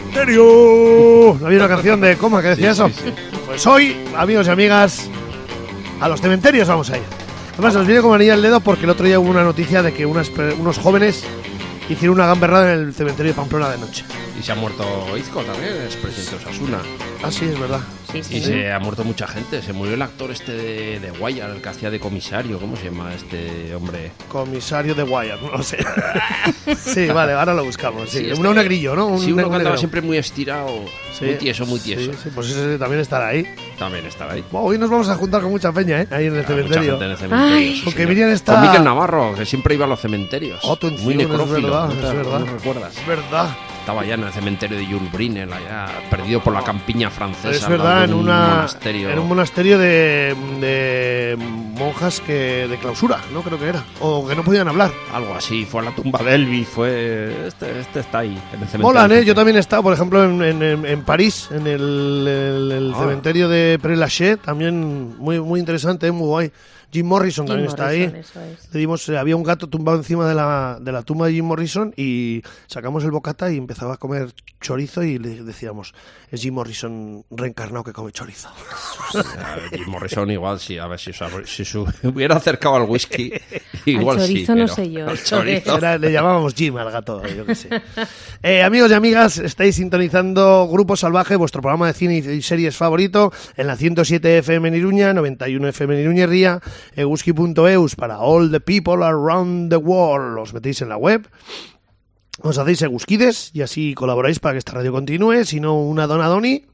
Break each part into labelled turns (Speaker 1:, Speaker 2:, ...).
Speaker 1: cementerio. ¿No había Uh, una canción de coma que decía eso? Pues hoy, amigos y amigas, a los cementerios vamos a ir. Además, nos viene como anilla el dedo porque el otro día hubo una noticia de que unas pe- unos jóvenes hicieron una gamberrada en el cementerio de Pamplona de noche.
Speaker 2: Y se ha muerto Izco también, es presidente de Osasuna.
Speaker 1: Ah, sí, es verdad.
Speaker 3: Sí,
Speaker 2: Y
Speaker 3: sí.
Speaker 2: se ha muerto mucha gente. Se murió el actor este de, de Guayar, el que hacía de comisario. ¿Cómo se llama este hombre?
Speaker 1: Comisario de Wyatt, no lo sé. sí, vale, ahora lo buscamos. Sí,
Speaker 2: Sí,
Speaker 1: un,
Speaker 2: este-
Speaker 1: un negrillo, ¿no?
Speaker 2: sí, uno que
Speaker 1: negro.
Speaker 2: andaba siempre muy estirado.
Speaker 1: Sí.
Speaker 2: Muy tieso, muy tieso.
Speaker 1: Sí, sí, pues ese también estará ahí.
Speaker 2: También estaba ahí.
Speaker 1: Buah, hoy nos vamos a juntar con mucha peña, ¿eh? Ahí en el
Speaker 2: Ah, mucha
Speaker 1: cementerio.
Speaker 2: gente en el cementerio,
Speaker 3: Ay.
Speaker 2: sí,
Speaker 1: Porque
Speaker 2: señor.
Speaker 1: Miriam está-
Speaker 2: Con Miquel Navarro, que siempre iba a los cementerios.
Speaker 1: Oh, tú en
Speaker 2: muy
Speaker 1: Sion, es
Speaker 2: necrófilo.
Speaker 1: verdad,
Speaker 2: ¿no te-
Speaker 1: es verdad.
Speaker 2: no te recuerdas?
Speaker 1: Es verdad.
Speaker 2: Estaba ya en el cementerio de Julbrinen, allá perdido por la campiña francesa.
Speaker 1: Es
Speaker 2: al lado
Speaker 1: verdad,
Speaker 2: de
Speaker 1: en,
Speaker 2: un
Speaker 1: una,
Speaker 2: monasterio.
Speaker 1: en un monasterio de, de monjas que de clausura, ¿no? Creo que era. O que no podían hablar.
Speaker 2: Algo así, fue a la tumba de Elvis, fue... Este, este está ahí, en el cementerio.
Speaker 1: Molan, ¿eh? Yo también he estado, por ejemplo, en, en- en- en París, en el, el- el
Speaker 2: Ah.
Speaker 1: cementerio de Pré-Lachaise. También muy, muy interesante, ¿eh? muy guay. Jim Morrison
Speaker 3: Jim
Speaker 1: también está
Speaker 3: Morrison,
Speaker 1: ahí.
Speaker 3: eso es.
Speaker 1: Le dimos, eh, había un gato tumbado encima de la, de la tumba de Jim Morrison y sacamos el bocata y empezaba a comer chorizo y le decíamos, es Jim Morrison reencarnado que come chorizo.
Speaker 2: A ver, Jim Morrison igual sí, a ver si, se- si se hubiera acercado al whisky, igual
Speaker 3: Al
Speaker 2: sí.
Speaker 3: chorizo no
Speaker 2: pero-
Speaker 3: sé yo, ¿eh?
Speaker 2: al chorizo.
Speaker 1: Era- le llamábamos Jim al gato, yo qué sé. Eh, amigos y amigas, estáis sintonizando Grupo Salvaje, vuestro programa de cine y series favorito, en la 107 FM en Iruña, 91 FM en Iruña y Ría, eguski.eus para all the people around the world. Os metéis en la web. Os hacéis egusquides y así colaboráis para que esta radio continúe. Si no, una dona doni,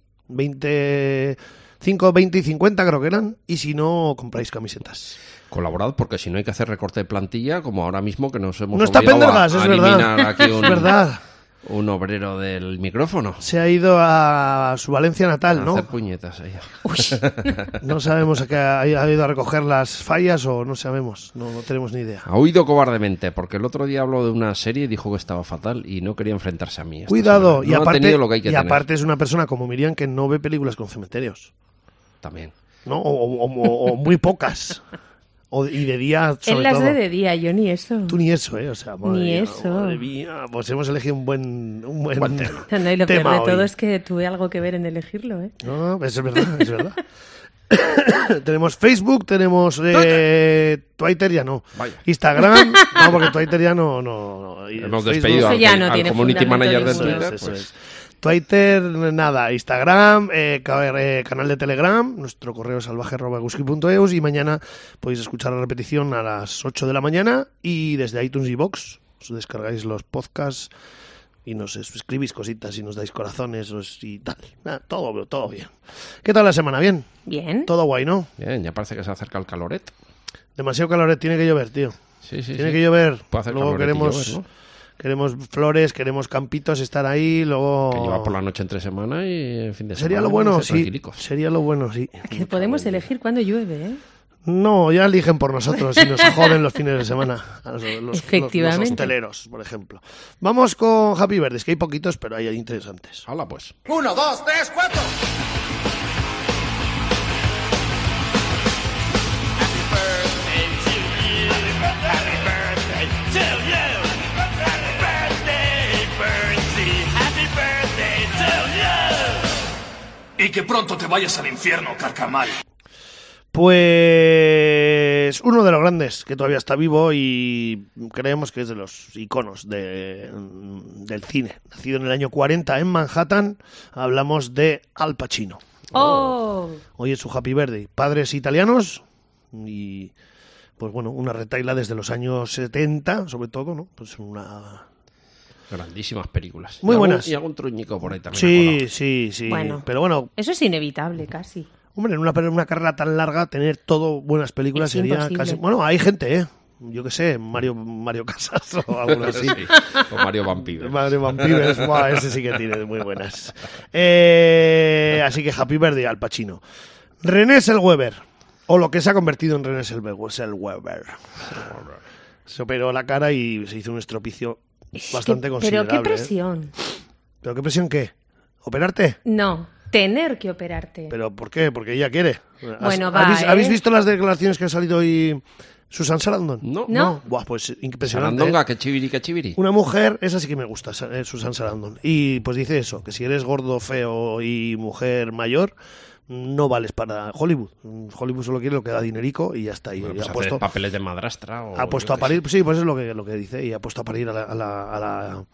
Speaker 1: 20, 5, 20 y 50 creo que eran. Y si no, compráis camisetas.
Speaker 2: Colaborad porque si no hay que hacer recorte de plantilla, como ahora mismo que nos hemos
Speaker 1: No está
Speaker 2: obligado a,
Speaker 1: Pendergast, es
Speaker 2: a
Speaker 1: verdad.
Speaker 2: eliminar aquí un,
Speaker 1: Es verdad.
Speaker 2: un obrero del micrófono.
Speaker 1: Se ha ido a su Valencia natal,
Speaker 2: A
Speaker 1: ¿no?
Speaker 2: hacer puñetas ahí.
Speaker 1: No sabemos a qué ha ha ido a recoger las fallas o no sabemos, no, no tenemos ni idea.
Speaker 2: Ha huido cobardemente porque el otro día habló de una serie y dijo que estaba fatal y no quería enfrentarse a mí. esta
Speaker 1: Cuidado,
Speaker 2: semana.
Speaker 1: y,
Speaker 2: No ha
Speaker 1: aparte,
Speaker 2: tenido lo que hay que
Speaker 1: y
Speaker 2: tener,
Speaker 1: aparte es una persona como Miriam que no ve películas con cementerios,
Speaker 2: También.
Speaker 1: ¿no? O, o- o- o muy pocas. O- y de día, sobre
Speaker 3: Él las
Speaker 1: todo.
Speaker 3: ve de día, yo ni eso.
Speaker 1: Tú ni eso, ¿eh? O sea, madre
Speaker 3: Ni
Speaker 1: mía,
Speaker 3: eso.
Speaker 1: madre mía, pues hemos elegido un buen, un buen,
Speaker 2: Buen tema.
Speaker 3: No, no, y lo
Speaker 1: tema
Speaker 3: peor de todo
Speaker 1: hoy.
Speaker 3: es que tuve algo que ver en elegirlo, ¿eh?
Speaker 1: No, no, es verdad, es verdad. tenemos Facebook, tenemos eh, Twitter, ya no.
Speaker 2: Vaya.
Speaker 1: Instagram, no, porque Twitter ya no. no, no. Y
Speaker 2: Hemos
Speaker 1: Facebook-
Speaker 2: despedido
Speaker 3: Eso
Speaker 2: al,
Speaker 3: ya
Speaker 2: que-
Speaker 3: no
Speaker 2: al
Speaker 3: tiene
Speaker 2: community
Speaker 3: fundamento
Speaker 2: manager de
Speaker 1: Eso
Speaker 3: ninguno.
Speaker 2: Twitter.
Speaker 1: es, eso
Speaker 2: pues,
Speaker 1: es. Twitter, nada. Instagram, eh, ca- eh, canal de Telegram, nuestro correo salvaje.eus y mañana podéis escuchar la repetición a las 8 de la mañana y desde iTunes y Vox os descargáis los podcasts y nos escribís cositas y nos dais corazones os- y tal. Nada, todo, todo bien. ¿Qué tal la semana? Bien.
Speaker 3: Bien.
Speaker 1: Todo guay, ¿no?
Speaker 2: Bien, ya parece que se acerca el caloret.
Speaker 1: Demasiado calor, eh, tiene que llover, tío.
Speaker 2: Sí, sí,
Speaker 1: Tiene
Speaker 2: sí.
Speaker 1: que llover.
Speaker 2: Puede hacer
Speaker 1: luego
Speaker 2: calor y
Speaker 1: queremos,
Speaker 2: llover, ¿no?
Speaker 1: queremos flores, queremos campitos, estar ahí, luego...
Speaker 2: Que lleva por la noche entre semana y fin de semana.
Speaker 1: Oh. Sería lo bueno,
Speaker 2: irse
Speaker 1: sí.
Speaker 2: tranquilicos.
Speaker 1: Sería lo bueno, sí.
Speaker 3: Que podemos elegir cuando llueve, ¿eh?
Speaker 1: No, ya eligen por nosotros y nos joden los fines de semana. a los- los- los-
Speaker 3: Efectivamente.
Speaker 1: Los, hosteleros, por ejemplo. Vamos con Happy Verdes, que hay poquitos, pero hay interesantes.
Speaker 2: Hala, pues.
Speaker 4: Uno, dos, tres, cuatro.
Speaker 5: Y que pronto te vayas al infierno, carcamal.
Speaker 1: Pues uno de los grandes que todavía está vivo y creemos que es de los iconos de- del cine. Nacido en el año 40 en Manhattan, hablamos de Al Pacino.
Speaker 3: ¡Oh!
Speaker 1: Hoy es su Happy Birthday. Padres italianos y, pues bueno, una retaila desde los años 70, sobre todo, ¿no? Pues una...
Speaker 2: Grandísimas películas.
Speaker 1: Muy
Speaker 2: Y algún-
Speaker 1: buenas.
Speaker 2: y algún truñico por ahí también. ha
Speaker 1: Sí,
Speaker 2: colado.
Speaker 1: sí, sí.
Speaker 3: Bueno.
Speaker 1: Pero bueno,
Speaker 3: Eso es inevitable, casi.
Speaker 1: hombre, en una, en una carrera tan larga, tener todo buenas películas
Speaker 3: Es
Speaker 1: sería
Speaker 3: imposible.
Speaker 1: casi... Bueno, hay gente, ¿eh? Yo qué sé, Mario, Mario Casas o algo así.
Speaker 2: Sí, Con Mario Vampiro.
Speaker 1: Mario Vampires, buah, ese sí que tiene muy buenas. Eh, así que Happy Birthday al Pacino. René Selweber, o lo que se ha convertido en René Selwe- Selweber. Se operó la cara y se hizo un estropicio bastante
Speaker 3: Que-
Speaker 1: considerable.
Speaker 3: Pero qué
Speaker 1: ¿eh?
Speaker 3: presión.
Speaker 1: ¿Pero qué presión qué? ¿Operarte?
Speaker 3: No, tener que operarte.
Speaker 1: ¿Pero por qué? Porque ella quiere. ¿Has-
Speaker 3: Bueno, va,
Speaker 1: ¿habéis,
Speaker 3: ¿eh?
Speaker 1: habéis visto las declaraciones que ha salido hoy Susan Sarandon?
Speaker 2: No.
Speaker 3: No.
Speaker 1: Buah, pues impresionante. ¿eh?
Speaker 2: Sarandonga, que chiviri, que chiviri.
Speaker 1: Una mujer, esa sí que me gusta, Sa- eh, Susan Sarandon. Y pues dice eso, que si eres gordo, feo y mujer mayor, no vales para Hollywood. Mm, Hollywood solo quiere lo que da dinerico y ya está. Y ha
Speaker 2: Bueno, pues hacer
Speaker 1: puesto,
Speaker 2: papeles de madrastra. O
Speaker 1: ha puesto
Speaker 2: yo
Speaker 1: a
Speaker 2: qué
Speaker 1: parir, sí, pues es lo que, lo que dice, y ha puesto a parir a la, a la- a la-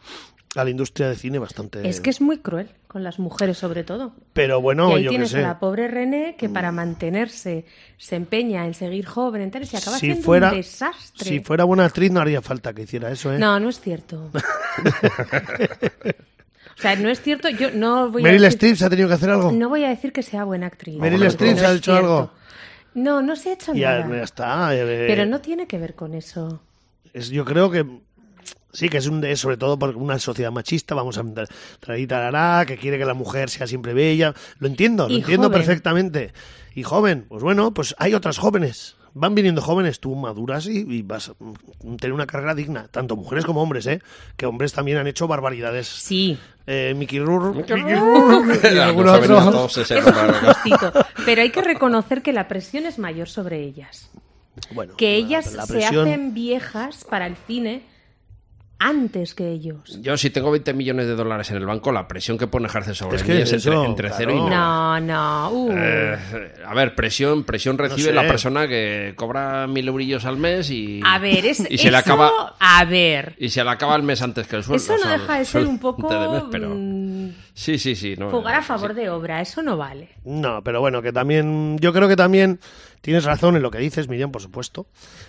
Speaker 1: a la industria de cine bastante.
Speaker 3: Es que es muy cruel con las mujeres sobre todo.
Speaker 1: Pero bueno,
Speaker 3: y ahí
Speaker 1: yo
Speaker 3: tienes
Speaker 1: qué sé. Mm.
Speaker 3: a la pobre René que para mantenerse se empeña en seguir joven tal, y se acaba
Speaker 1: Si
Speaker 3: haciendo
Speaker 1: fuera,
Speaker 3: un desastre.
Speaker 1: si fuera buena actriz, no haría falta que hiciera eso, ¿eh?
Speaker 3: No, no es cierto. o sea, no es cierto. Yo no voy
Speaker 1: Meryl
Speaker 3: a decir,
Speaker 1: Streep se ha tenido que hacer algo.
Speaker 3: no voy a decir que sea buena actriz.
Speaker 1: Meryl
Speaker 3: porque
Speaker 1: Streep se ha
Speaker 3: es
Speaker 1: hecho algo.
Speaker 3: No, no se ha hecho
Speaker 1: Y ya,
Speaker 3: nada.
Speaker 1: ya está. eh,
Speaker 3: Pero no tiene que ver con eso.
Speaker 1: es- yo creo que sí, que es un es sobre todo porque una sociedad machista, vamos a tra- traer y tarará, que quiere que la mujer sea siempre bella. Lo entiendo, lo
Speaker 3: Y
Speaker 1: entiendo
Speaker 3: joven.
Speaker 1: perfectamente. Y joven, pues bueno, pues hay otras jóvenes. Van viniendo jóvenes, tú maduras y, y vas a mm, tener una carrera digna, tanto mujeres como hombres, ¿eh? Que hombres también han hecho barbaridades.
Speaker 3: Sí.
Speaker 1: Eh, Mickey Rourke,
Speaker 2: Mickey
Speaker 1: Mickey
Speaker 2: Rourke.
Speaker 1: Rourke y
Speaker 2: Ya,
Speaker 1: algún
Speaker 2: nos ha venido
Speaker 1: otro.
Speaker 2: a todos ese
Speaker 3: Eso es
Speaker 2: nombre.
Speaker 3: injustito. Pero hay que reconocer que la presión es mayor sobre ellas.
Speaker 1: Bueno,
Speaker 3: Que
Speaker 1: la-
Speaker 3: ellas
Speaker 1: la
Speaker 3: se
Speaker 1: presión-
Speaker 3: hacen viejas para el cine antes que ellos.
Speaker 2: Yo si tengo 20 millones de dólares en el banco, la presión que pone ejercer sobre
Speaker 1: Es
Speaker 2: mí
Speaker 1: que
Speaker 2: es
Speaker 1: eso,
Speaker 2: entre, entre cero
Speaker 1: claro.
Speaker 2: y nada.
Speaker 3: No, no. uh.
Speaker 2: Eh, a ver, presión, presión recibe
Speaker 1: sé.
Speaker 2: la persona que cobra mil eurillos al mes y,
Speaker 3: a ver, es,
Speaker 2: y se le
Speaker 3: eso-
Speaker 2: acaba
Speaker 3: A ver.
Speaker 2: y se le acaba el mes antes que el sueldo.
Speaker 3: Eso
Speaker 2: o
Speaker 3: no
Speaker 2: sea,
Speaker 3: deja de
Speaker 2: el
Speaker 3: ser un
Speaker 2: sueldo
Speaker 3: poco
Speaker 2: de mes, pero-
Speaker 3: mm,
Speaker 2: Sí, sí, sí. No,
Speaker 3: jugar a
Speaker 2: sí,
Speaker 3: favor
Speaker 2: sí.
Speaker 3: de obra. Eso no vale.
Speaker 1: No, pero bueno, que también. Yo creo que también tienes razón en lo que dices, Miriam, por supuesto.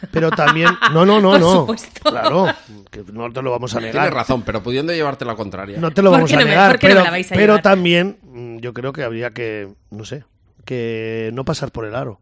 Speaker 1: Pero también. No, no, no,
Speaker 3: Por
Speaker 1: no.
Speaker 3: supuesto.
Speaker 1: Claro, que no te lo vamos a negar.
Speaker 2: Tienes razón, pero pudiendo llevarte la contraria.
Speaker 1: No te lo
Speaker 3: ¿Por
Speaker 1: vamos
Speaker 3: qué
Speaker 1: a
Speaker 3: no me-
Speaker 1: negar.
Speaker 3: por qué no me
Speaker 1: pero,
Speaker 3: la vais a
Speaker 1: pero
Speaker 3: llevar?
Speaker 1: también, mm, yo creo que habría que. No sé. Que no pasar por el aro.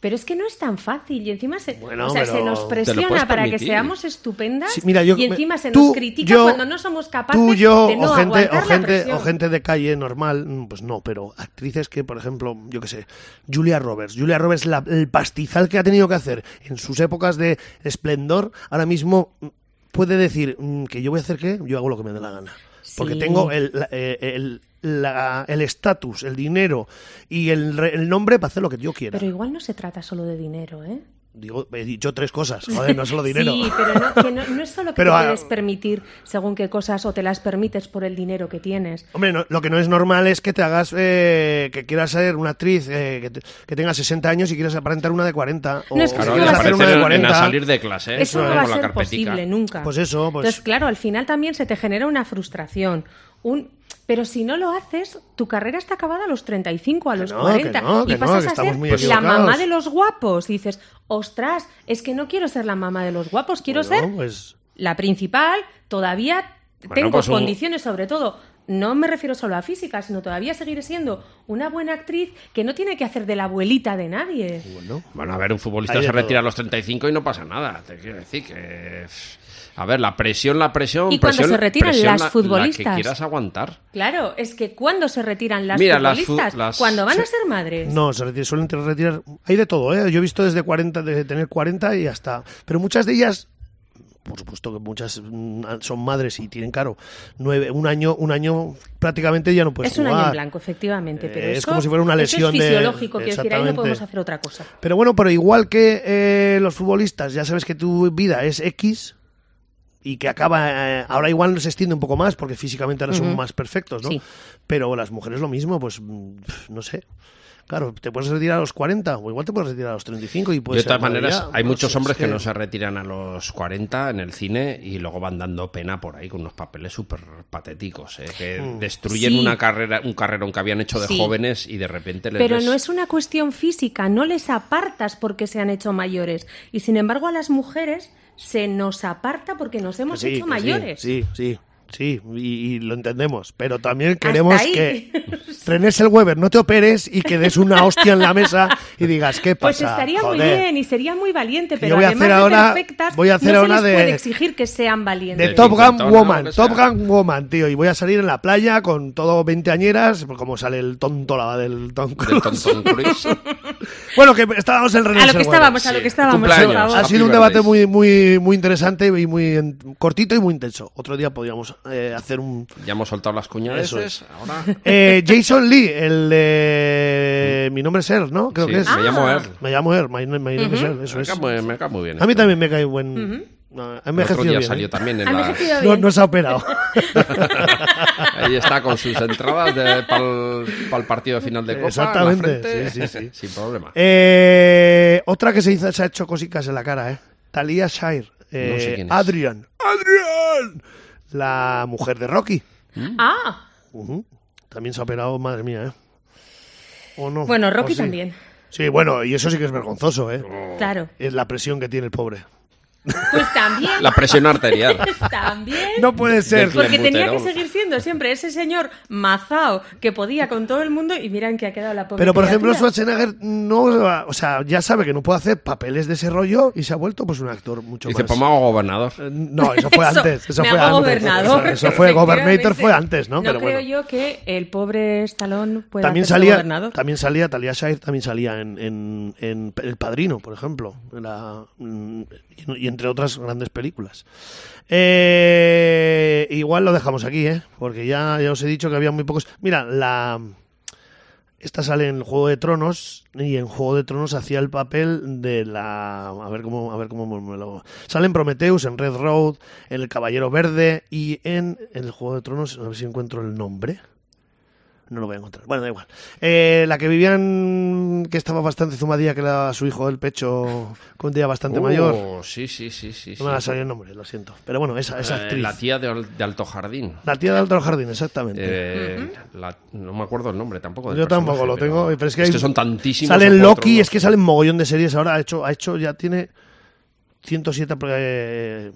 Speaker 3: Pero es que no es tan fácil y encima se,
Speaker 1: Bueno,
Speaker 3: o sea,
Speaker 1: pero
Speaker 3: se nos
Speaker 1: te lo
Speaker 2: puedes
Speaker 3: presiona para que
Speaker 2: permitir.
Speaker 3: seamos estupendas
Speaker 1: Sí, mira, yo-
Speaker 3: y encima se
Speaker 1: tú,
Speaker 3: nos critica
Speaker 1: yo,
Speaker 3: cuando no somos capaces
Speaker 1: tú, yo,
Speaker 3: de no
Speaker 1: o gente,
Speaker 3: aguantar
Speaker 1: o
Speaker 3: la
Speaker 1: gente,
Speaker 3: presión.
Speaker 1: o gente de calle normal, mm, pues no, pero actrices que, por ejemplo, yo qué sé, Julia Roberts. Julia Roberts, la- el pastizal que ha tenido que hacer en sus épocas de esplendor, ahora mismo mm, puede decir mm, que yo voy a hacer qué, yo hago lo que me dé la gana. Porque
Speaker 3: Sí.
Speaker 1: tengo el la- eh, el la- el estatus, el dinero y el, re- el nombre para hacer lo que yo quiera.
Speaker 3: Pero igual no se trata solo de dinero, ¿eh?
Speaker 1: Digo, he dicho tres cosas, joder, no solo dinero.
Speaker 3: Sí, pero no, que no, no es solo que
Speaker 1: Pero, ah,
Speaker 3: te puedes permitir según qué cosas o te las permites por el dinero que tienes.
Speaker 1: Hombre, no- lo que no es normal es que te hagas, eh, que quieras ser una actriz eh, que, te- que tenga 60 años y quieras aparentar una de 40. O
Speaker 3: No, es que
Speaker 2: Claro,
Speaker 3: eso no
Speaker 2: y
Speaker 3: va a
Speaker 1: quieras
Speaker 3: ser-
Speaker 1: hacer una
Speaker 2: aparecer
Speaker 1: de
Speaker 2: en- en
Speaker 1: 40.
Speaker 2: a salir de clase. ¿eh?
Speaker 3: Eso no
Speaker 2: Con
Speaker 3: va a
Speaker 2: la
Speaker 3: ser
Speaker 2: carpetica.
Speaker 3: posible nunca.
Speaker 1: Pues eso, pues-
Speaker 3: Entonces, claro, al final también se te genera una frustración. Un... Pero si no lo haces, tu carrera está acabada a los 35, a los
Speaker 1: no, que
Speaker 3: 40.
Speaker 1: no, que
Speaker 3: y
Speaker 1: no,
Speaker 3: pasas
Speaker 1: que
Speaker 3: a
Speaker 1: estamos muy
Speaker 3: ser la
Speaker 1: equivocados.
Speaker 3: mamá de los guapos. Y dices, ostras, es que no quiero ser la mamá de los guapos, quiero
Speaker 1: Bueno,
Speaker 3: ser
Speaker 1: pues,
Speaker 3: la principal. Todavía
Speaker 2: Bueno,
Speaker 3: tengo
Speaker 2: pues un-
Speaker 3: condiciones, sobre todo. No me refiero solo a física, sino todavía seguir siendo una buena actriz que no tiene que hacer de la abuelita de nadie.
Speaker 1: bueno.
Speaker 2: Bueno, a ver, un futbolista
Speaker 1: Hay de
Speaker 2: se retira
Speaker 1: todo.
Speaker 2: a los 35 y no pasa nada. Te quiero decir que. A ver, la presión, la presión.
Speaker 3: ¿Y cuando
Speaker 2: presión-
Speaker 3: se retiran
Speaker 2: presión
Speaker 3: las
Speaker 2: la- la
Speaker 3: futbolistas?
Speaker 2: que quieras aguantar.
Speaker 3: Claro, es que cuando se retiran las
Speaker 2: Mira, las
Speaker 3: futbolistas,
Speaker 2: fu- las-
Speaker 3: cuando van a
Speaker 2: se-
Speaker 3: ser madres.
Speaker 1: No, se retiran- suelen retirar. Hay de todo, ¿eh? Yo he visto desde 40, de tener 40 y hasta. Pero muchas de ellas. Por supuesto que muchas mm, son madres y tienen caro. Nueve, un año, un año prácticamente ya no puedes
Speaker 3: es un año
Speaker 1: jugar.
Speaker 3: en blanco, efectivamente, pero
Speaker 1: Eh, pues es
Speaker 3: eso-
Speaker 1: como si fuera una
Speaker 3: eso
Speaker 1: lesión de-
Speaker 3: es fisiológico, quiero decir, ahí no
Speaker 1: Exactamente.
Speaker 3: podemos hacer otra cosa.
Speaker 1: Pero bueno, pero igual que eh, los futbolistas, ya sabes que tu vida es X y que acaba. eh, ahora igual se extiende un poco más porque físicamente ahora son más perfectos, ¿no?
Speaker 3: Sí.
Speaker 1: Pero las mujeres lo mismo, pues mm, pf, no sé. Claro, te puedes retirar a los 40 o igual te puedes retirar a los 35 y
Speaker 3: Pues
Speaker 2: Yo,
Speaker 1: puedes.
Speaker 2: de todas
Speaker 1: ser
Speaker 2: maneras,
Speaker 1: todavía,
Speaker 2: hay
Speaker 1: no
Speaker 2: muchos
Speaker 1: sé,
Speaker 2: hombres
Speaker 1: es
Speaker 2: que... no se retiran a los 40 en el cine y luego van dando pena por ahí con unos papeles súper patéticos, ¿eh? que destruyen
Speaker 3: Hmm. Sí.
Speaker 2: una carrera, un carrerón que habían hecho de
Speaker 3: Sí.
Speaker 2: jóvenes y de repente les
Speaker 3: Pero
Speaker 2: ves-
Speaker 3: no es una cuestión física, no les apartas porque se han hecho mayores. Y sin embargo, a las mujeres se nos aparta porque nos hemos
Speaker 1: Que sí,
Speaker 3: hecho
Speaker 1: que sí,
Speaker 3: mayores.
Speaker 1: Sí, sí, sí, y, y lo entendemos. Pero también queremos
Speaker 3: ahí.
Speaker 1: que trenes el Weber, no te operes y que des una hostia en la mesa y digas, ¿qué
Speaker 3: Pues
Speaker 1: pasa?
Speaker 3: estaría muy
Speaker 1: Joder".
Speaker 3: bien y sería muy valiente, pero
Speaker 1: Yo voy a
Speaker 3: además
Speaker 1: hacer
Speaker 3: de
Speaker 1: ahora-
Speaker 3: perfectas,
Speaker 1: voy a hacer
Speaker 3: no
Speaker 1: ahora
Speaker 3: se les
Speaker 1: de-
Speaker 3: puede exigir que sean
Speaker 1: De
Speaker 3: valientes.
Speaker 2: Del
Speaker 1: Top Gun
Speaker 2: cincuentón,
Speaker 1: Woman,
Speaker 2: ¿no? Que
Speaker 1: Top
Speaker 2: sea.
Speaker 1: Gun Woman, tío. Y voy a salir en la playa con todo veinteañeras, pues como sale el tonto la del Tom
Speaker 2: del
Speaker 1: Cruise.
Speaker 2: Tom Cruise.
Speaker 1: Bueno, que estábamos en René
Speaker 3: A lo que
Speaker 1: Selweger.
Speaker 3: estábamos, a lo
Speaker 2: Sí.
Speaker 3: que estábamos. por
Speaker 2: Cumpleaños.
Speaker 3: favor.
Speaker 1: Ha sido un
Speaker 2: Happy
Speaker 1: debate muy,
Speaker 2: birthdays.
Speaker 1: muy, muy interesante y muy en- cortito y muy intenso. Otro día podríamos eh, hacer un...
Speaker 2: Ya hemos soltado las cuñadas.
Speaker 1: Eso es.
Speaker 2: Ahora.
Speaker 1: Eh, Jason Lee, el de... Mi nombre es Earl, ¿no? Creo
Speaker 2: Sí,
Speaker 1: que es.
Speaker 2: Me llamo
Speaker 3: Ah.
Speaker 2: Earl.
Speaker 1: Me llamo Earl, my, my name is Earl, eso
Speaker 2: Me
Speaker 1: es.
Speaker 2: cae muy- me cae muy bien.
Speaker 1: A mí
Speaker 2: este.
Speaker 1: también me cae buen... No, Ha
Speaker 2: El otro
Speaker 1: envejecido
Speaker 2: día
Speaker 1: bien.
Speaker 2: salió
Speaker 1: ¿eh?
Speaker 2: también en
Speaker 3: Ha
Speaker 2: la...
Speaker 3: envejecido
Speaker 1: No,
Speaker 3: bien.
Speaker 1: no se ha operado.
Speaker 2: Ahí está con sus entradas para el partido de final de Copa. en la
Speaker 1: Eh, Exactamente,
Speaker 2: frente.
Speaker 1: sí, sí, sí.
Speaker 2: Sin problema.
Speaker 1: Eh, otra que se, hizo, se ha hecho cositas en la cara, ¿eh? Talia Shire. Eh,
Speaker 2: No sé quién es.
Speaker 1: Adrian. ¡Adrian! La mujer de Rocky.
Speaker 3: Ah,
Speaker 1: Ujú. También se ha operado, madre mía, ¿eh? ¿O no?
Speaker 3: bueno, Rocky
Speaker 1: ¿O Oh, sí?
Speaker 3: también.
Speaker 1: Sí, bueno, y eso sí que es vergonzoso, ¿eh?
Speaker 3: Claro.
Speaker 1: Es la presión que tiene el pobre.
Speaker 3: Pues también. pues
Speaker 2: La presión arterial.
Speaker 3: También.
Speaker 1: No puede ser.
Speaker 2: Del
Speaker 3: Porque tenía que
Speaker 2: Clembuterol.
Speaker 3: seguir siendo siempre ese señor mazao que podía con todo el mundo y miran que ha quedado la pobre.
Speaker 1: Pero, por ejemplo,
Speaker 3: criatura.
Speaker 1: Schwarzenegger no... O sea, ya sabe que no puede hacer papeles de ese rollo y se ha vuelto pues un actor mucho
Speaker 2: Dice,
Speaker 1: más...
Speaker 2: pues me hago gobernador.
Speaker 1: Eh, No, eso fue
Speaker 3: Eso,
Speaker 1: antes. Eso
Speaker 3: me
Speaker 1: fue
Speaker 3: hago
Speaker 1: antes.
Speaker 3: gobernador.
Speaker 1: Eso, eso fue Gobernator,
Speaker 3: efectivamente.
Speaker 1: fue antes, ¿no?
Speaker 3: No
Speaker 1: Pero
Speaker 3: creo
Speaker 1: bueno.
Speaker 3: yo que el pobre Stallone pueda
Speaker 1: También
Speaker 3: hacerse
Speaker 1: salía,
Speaker 3: gobernador.
Speaker 1: también salía, Talia Shire también salía en, en- en El Padrino, por ejemplo, en la- mm, y entre otras grandes películas. Eh, igual lo dejamos aquí, ¿eh? porque ya, ya os he dicho que había muy pocos. Mira, la esta sale en Juego de Tronos y en Juego de Tronos hacía el papel de la a ver cómo a ver cómo me lo sale en Prometheus, en Red Road, en El Caballero Verde y en el Juego de Tronos a ver si encuentro el nombre. No lo voy a encontrar. Bueno, da igual. Eh, la que vivían, que estaba bastante zumadía, que era su hijo del pecho, con un día bastante
Speaker 2: Oh,
Speaker 1: mayor.
Speaker 2: Sí, sí, sí, sí.
Speaker 1: No me va a
Speaker 2: sí.
Speaker 1: salir el nombre, lo siento. Pero bueno, esa, esa
Speaker 2: Eh,
Speaker 1: actriz.
Speaker 2: la tía de, Al- de Alto Jardín.
Speaker 1: La tía de Alto Jardín, exactamente.
Speaker 2: Eh, la- no me acuerdo el nombre tampoco. del
Speaker 1: Yo tampoco
Speaker 2: personaje,
Speaker 1: lo
Speaker 2: pero-
Speaker 1: tengo, pero es que, hay-
Speaker 2: son tantísimos.
Speaker 1: Salen
Speaker 2: uno por
Speaker 1: Loki,
Speaker 2: otro,
Speaker 1: es que
Speaker 2: ¿no?
Speaker 1: salen mogollón de series ahora. Ha hecho, ha hecho ya tiene 107, pro- eh,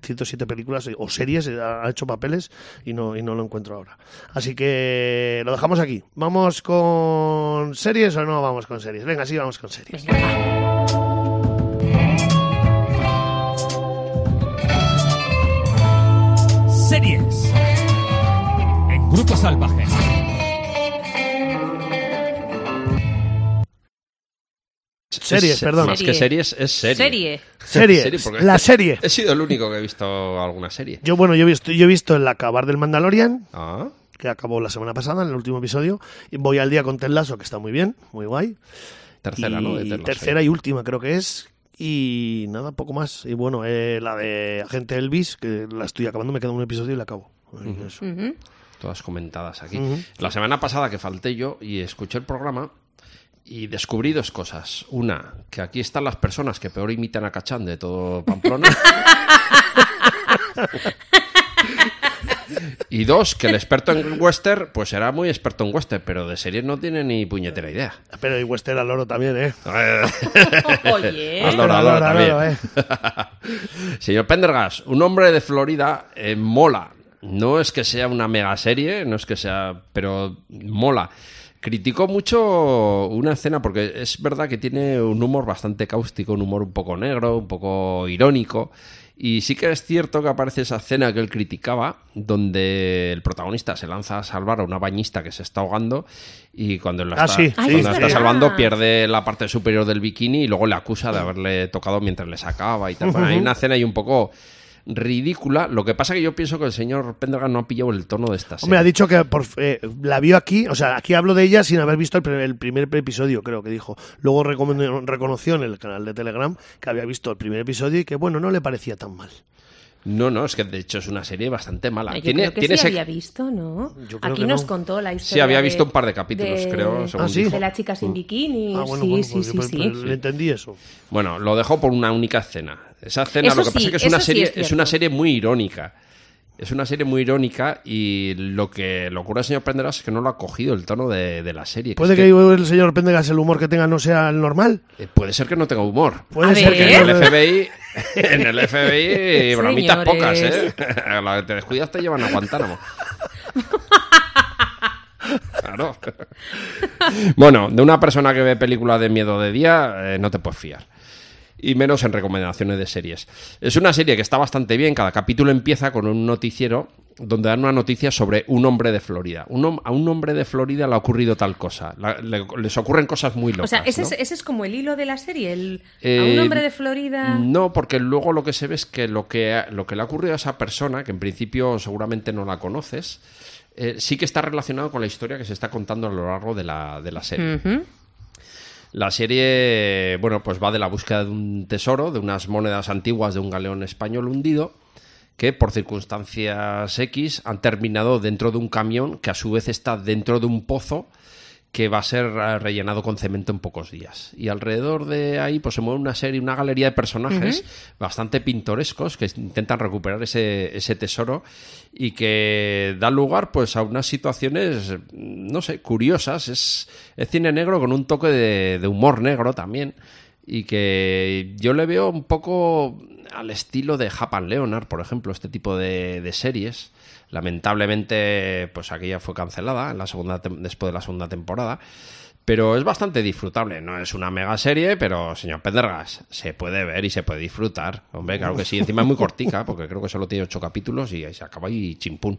Speaker 1: 107 películas o series, eh, ha hecho papeles y no, y no lo encuentro ahora. Así que lo dejamos aquí. ¿Vamos con series o no vamos con series? Venga, sí, vamos con series.
Speaker 4: Series. En Grupo Salvaje.
Speaker 1: Series,
Speaker 2: Es-
Speaker 1: perdón.
Speaker 2: Más que series, es serie.
Speaker 3: Serie.
Speaker 1: Series,
Speaker 2: Serie, porque-
Speaker 1: la serie.
Speaker 2: He sido el único que he visto alguna serie.
Speaker 1: Yo, bueno, yo he visto, yo he visto el acabar del Mandalorian,
Speaker 2: Ah,
Speaker 1: que acabó la semana pasada, en el último episodio. Y Voy al día con Ted Lasso, que está muy bien, muy guay.
Speaker 2: tercera,
Speaker 1: y
Speaker 2: ¿no? De Ted Lasso.
Speaker 1: tercera y última creo que es y nada poco más y bueno eh, la de agente Elvis que la estoy acabando me queda un episodio y la acabo Así que eso.
Speaker 2: Todas comentadas aquí. La semana pasada que falté yo y escuché el programa y descubrí dos cosas. Una, que aquí están las personas que peor imitan a Cachán de todo Pamplona. y dos, que el experto en western, pues será muy experto en western, pero de series no tiene ni puñetera idea.
Speaker 1: pero y Wester al oro también eh
Speaker 3: Oye.
Speaker 2: Has dado la
Speaker 1: Al oro,
Speaker 2: hora
Speaker 1: al
Speaker 2: Ah, también.
Speaker 1: oro, eh.
Speaker 2: Señor Pendergast, un hombre de Florida eh, mola. No es que sea una mega serie, no es que sea, pero mola. Criticó mucho una escena porque es verdad que tiene un humor bastante cáustico, un humor un poco negro, un poco irónico. Y sí que es cierto que aparece esa escena que él criticaba, donde el protagonista se lanza a salvar a una bañista que se está ahogando y cuando la
Speaker 1: Ah,
Speaker 2: está,
Speaker 1: sí,
Speaker 2: cuando
Speaker 1: sí,
Speaker 2: la
Speaker 1: sí.
Speaker 2: está salvando
Speaker 3: Ah.
Speaker 2: pierde la parte superior del bikini y luego le acusa de haberle tocado mientras le sacaba y tal. Bueno, hay una escena ahí un poco ridícula. Lo que pasa que yo pienso que el señor Pendergast no ha pillado el tono de esta serie.
Speaker 1: hombre ha dicho que por- eh, la vio aquí o sea aquí hablo de ella sin haber visto el, pr- el primer episodio creo que dijo luego recomendó- reconoció en el canal de Telegram que había visto el primer episodio y que bueno no le parecía tan mal
Speaker 2: No, no, es que de hecho es una serie bastante mala.
Speaker 3: Yo
Speaker 2: tiene
Speaker 3: creo que
Speaker 2: tiene
Speaker 3: sí
Speaker 2: ese-
Speaker 3: había visto, ¿no?
Speaker 1: Yo creo
Speaker 3: Aquí
Speaker 1: que
Speaker 3: nos
Speaker 1: no.
Speaker 3: contó la historia.
Speaker 2: Sí, había
Speaker 3: de-
Speaker 2: visto un par de capítulos, creo, según
Speaker 1: Ah, sí.
Speaker 2: dijo. Mm.
Speaker 3: De la chica sin bikini.
Speaker 1: ah bueno
Speaker 3: sí,
Speaker 1: bueno
Speaker 3: sí,
Speaker 1: pues,
Speaker 3: sí,
Speaker 1: pues,
Speaker 3: sí.
Speaker 1: pues, le entendí eso
Speaker 2: Bueno, lo dejo por una única escena. Esa escena
Speaker 3: Eso
Speaker 2: lo que pasa
Speaker 3: sí,
Speaker 2: es que es
Speaker 3: eso
Speaker 2: una
Speaker 3: sí
Speaker 2: serie,
Speaker 3: es
Speaker 2: es
Speaker 3: cierto.
Speaker 2: una serie muy irónica. Es una serie muy irónica y lo que le ocurre al señor Pendergast es que no lo ha cogido el tono de, de la serie.
Speaker 1: puede
Speaker 2: es
Speaker 1: que, el señor Pendergast el humor que tenga no sea el normal
Speaker 2: Eh, Puede ser que no tenga humor.
Speaker 1: puede
Speaker 3: A
Speaker 1: ser
Speaker 2: Porque
Speaker 1: que
Speaker 3: ver.
Speaker 2: en
Speaker 1: no-
Speaker 2: el FBI, en el FBI, bromitas
Speaker 3: Señores.
Speaker 2: pocas, ¿eh? A la que te descuidas te llevan a Guantánamo. Claro. Bueno, de una persona que ve películas de miedo de día, eh, no te puedes fiar. y menos en recomendaciones de series. Es una serie que está bastante bien, cada capítulo empieza con un noticiero donde dan una noticia sobre un hombre de Florida. Un hom- a un hombre de Florida le ha ocurrido tal cosa, La- le- les ocurren cosas muy
Speaker 3: O
Speaker 2: locas.
Speaker 3: sea, ese,
Speaker 2: ¿no?
Speaker 3: es, ese es como el hilo de la serie. El, a
Speaker 2: Eh, mm,
Speaker 3: un hombre de Florida.
Speaker 2: No, porque luego lo que se ve es que lo que, lo que le ha ocurrido a esa persona, que en principio seguramente no la conoces, eh, sí que está relacionado con la historia que se está contando a lo largo de la, de la serie.
Speaker 3: Ujú.
Speaker 2: La serie, bueno, pues va de la búsqueda de un tesoro, de unas monedas antiguas de un galeón español hundido, que por circunstancias X han terminado dentro de un camión que a su vez está dentro de un pozo que va a ser eh, rellenado con cemento en pocos días. Y alrededor de ahí pues se mueve una serie, una galería de personajes bastante pintorescos que intentan recuperar ese, ese tesoro y que da lugar pues a unas situaciones, no sé, curiosas. Es, es cine negro con un toque de, de humor negro también y que yo le veo un poco al estilo de Japan Leonard, por ejemplo, este tipo de, de series. Lamentablemente, pues aquella fue cancelada en la segunda tem- después de la segunda temporada. Pero es bastante disfrutable, no es una mega serie, pero señor Pendergas, se puede ver y se puede disfrutar. Hombre, claro que sí, encima es muy cortica, porque creo que solo tiene ocho capítulos y ahí se acaba y chimpún.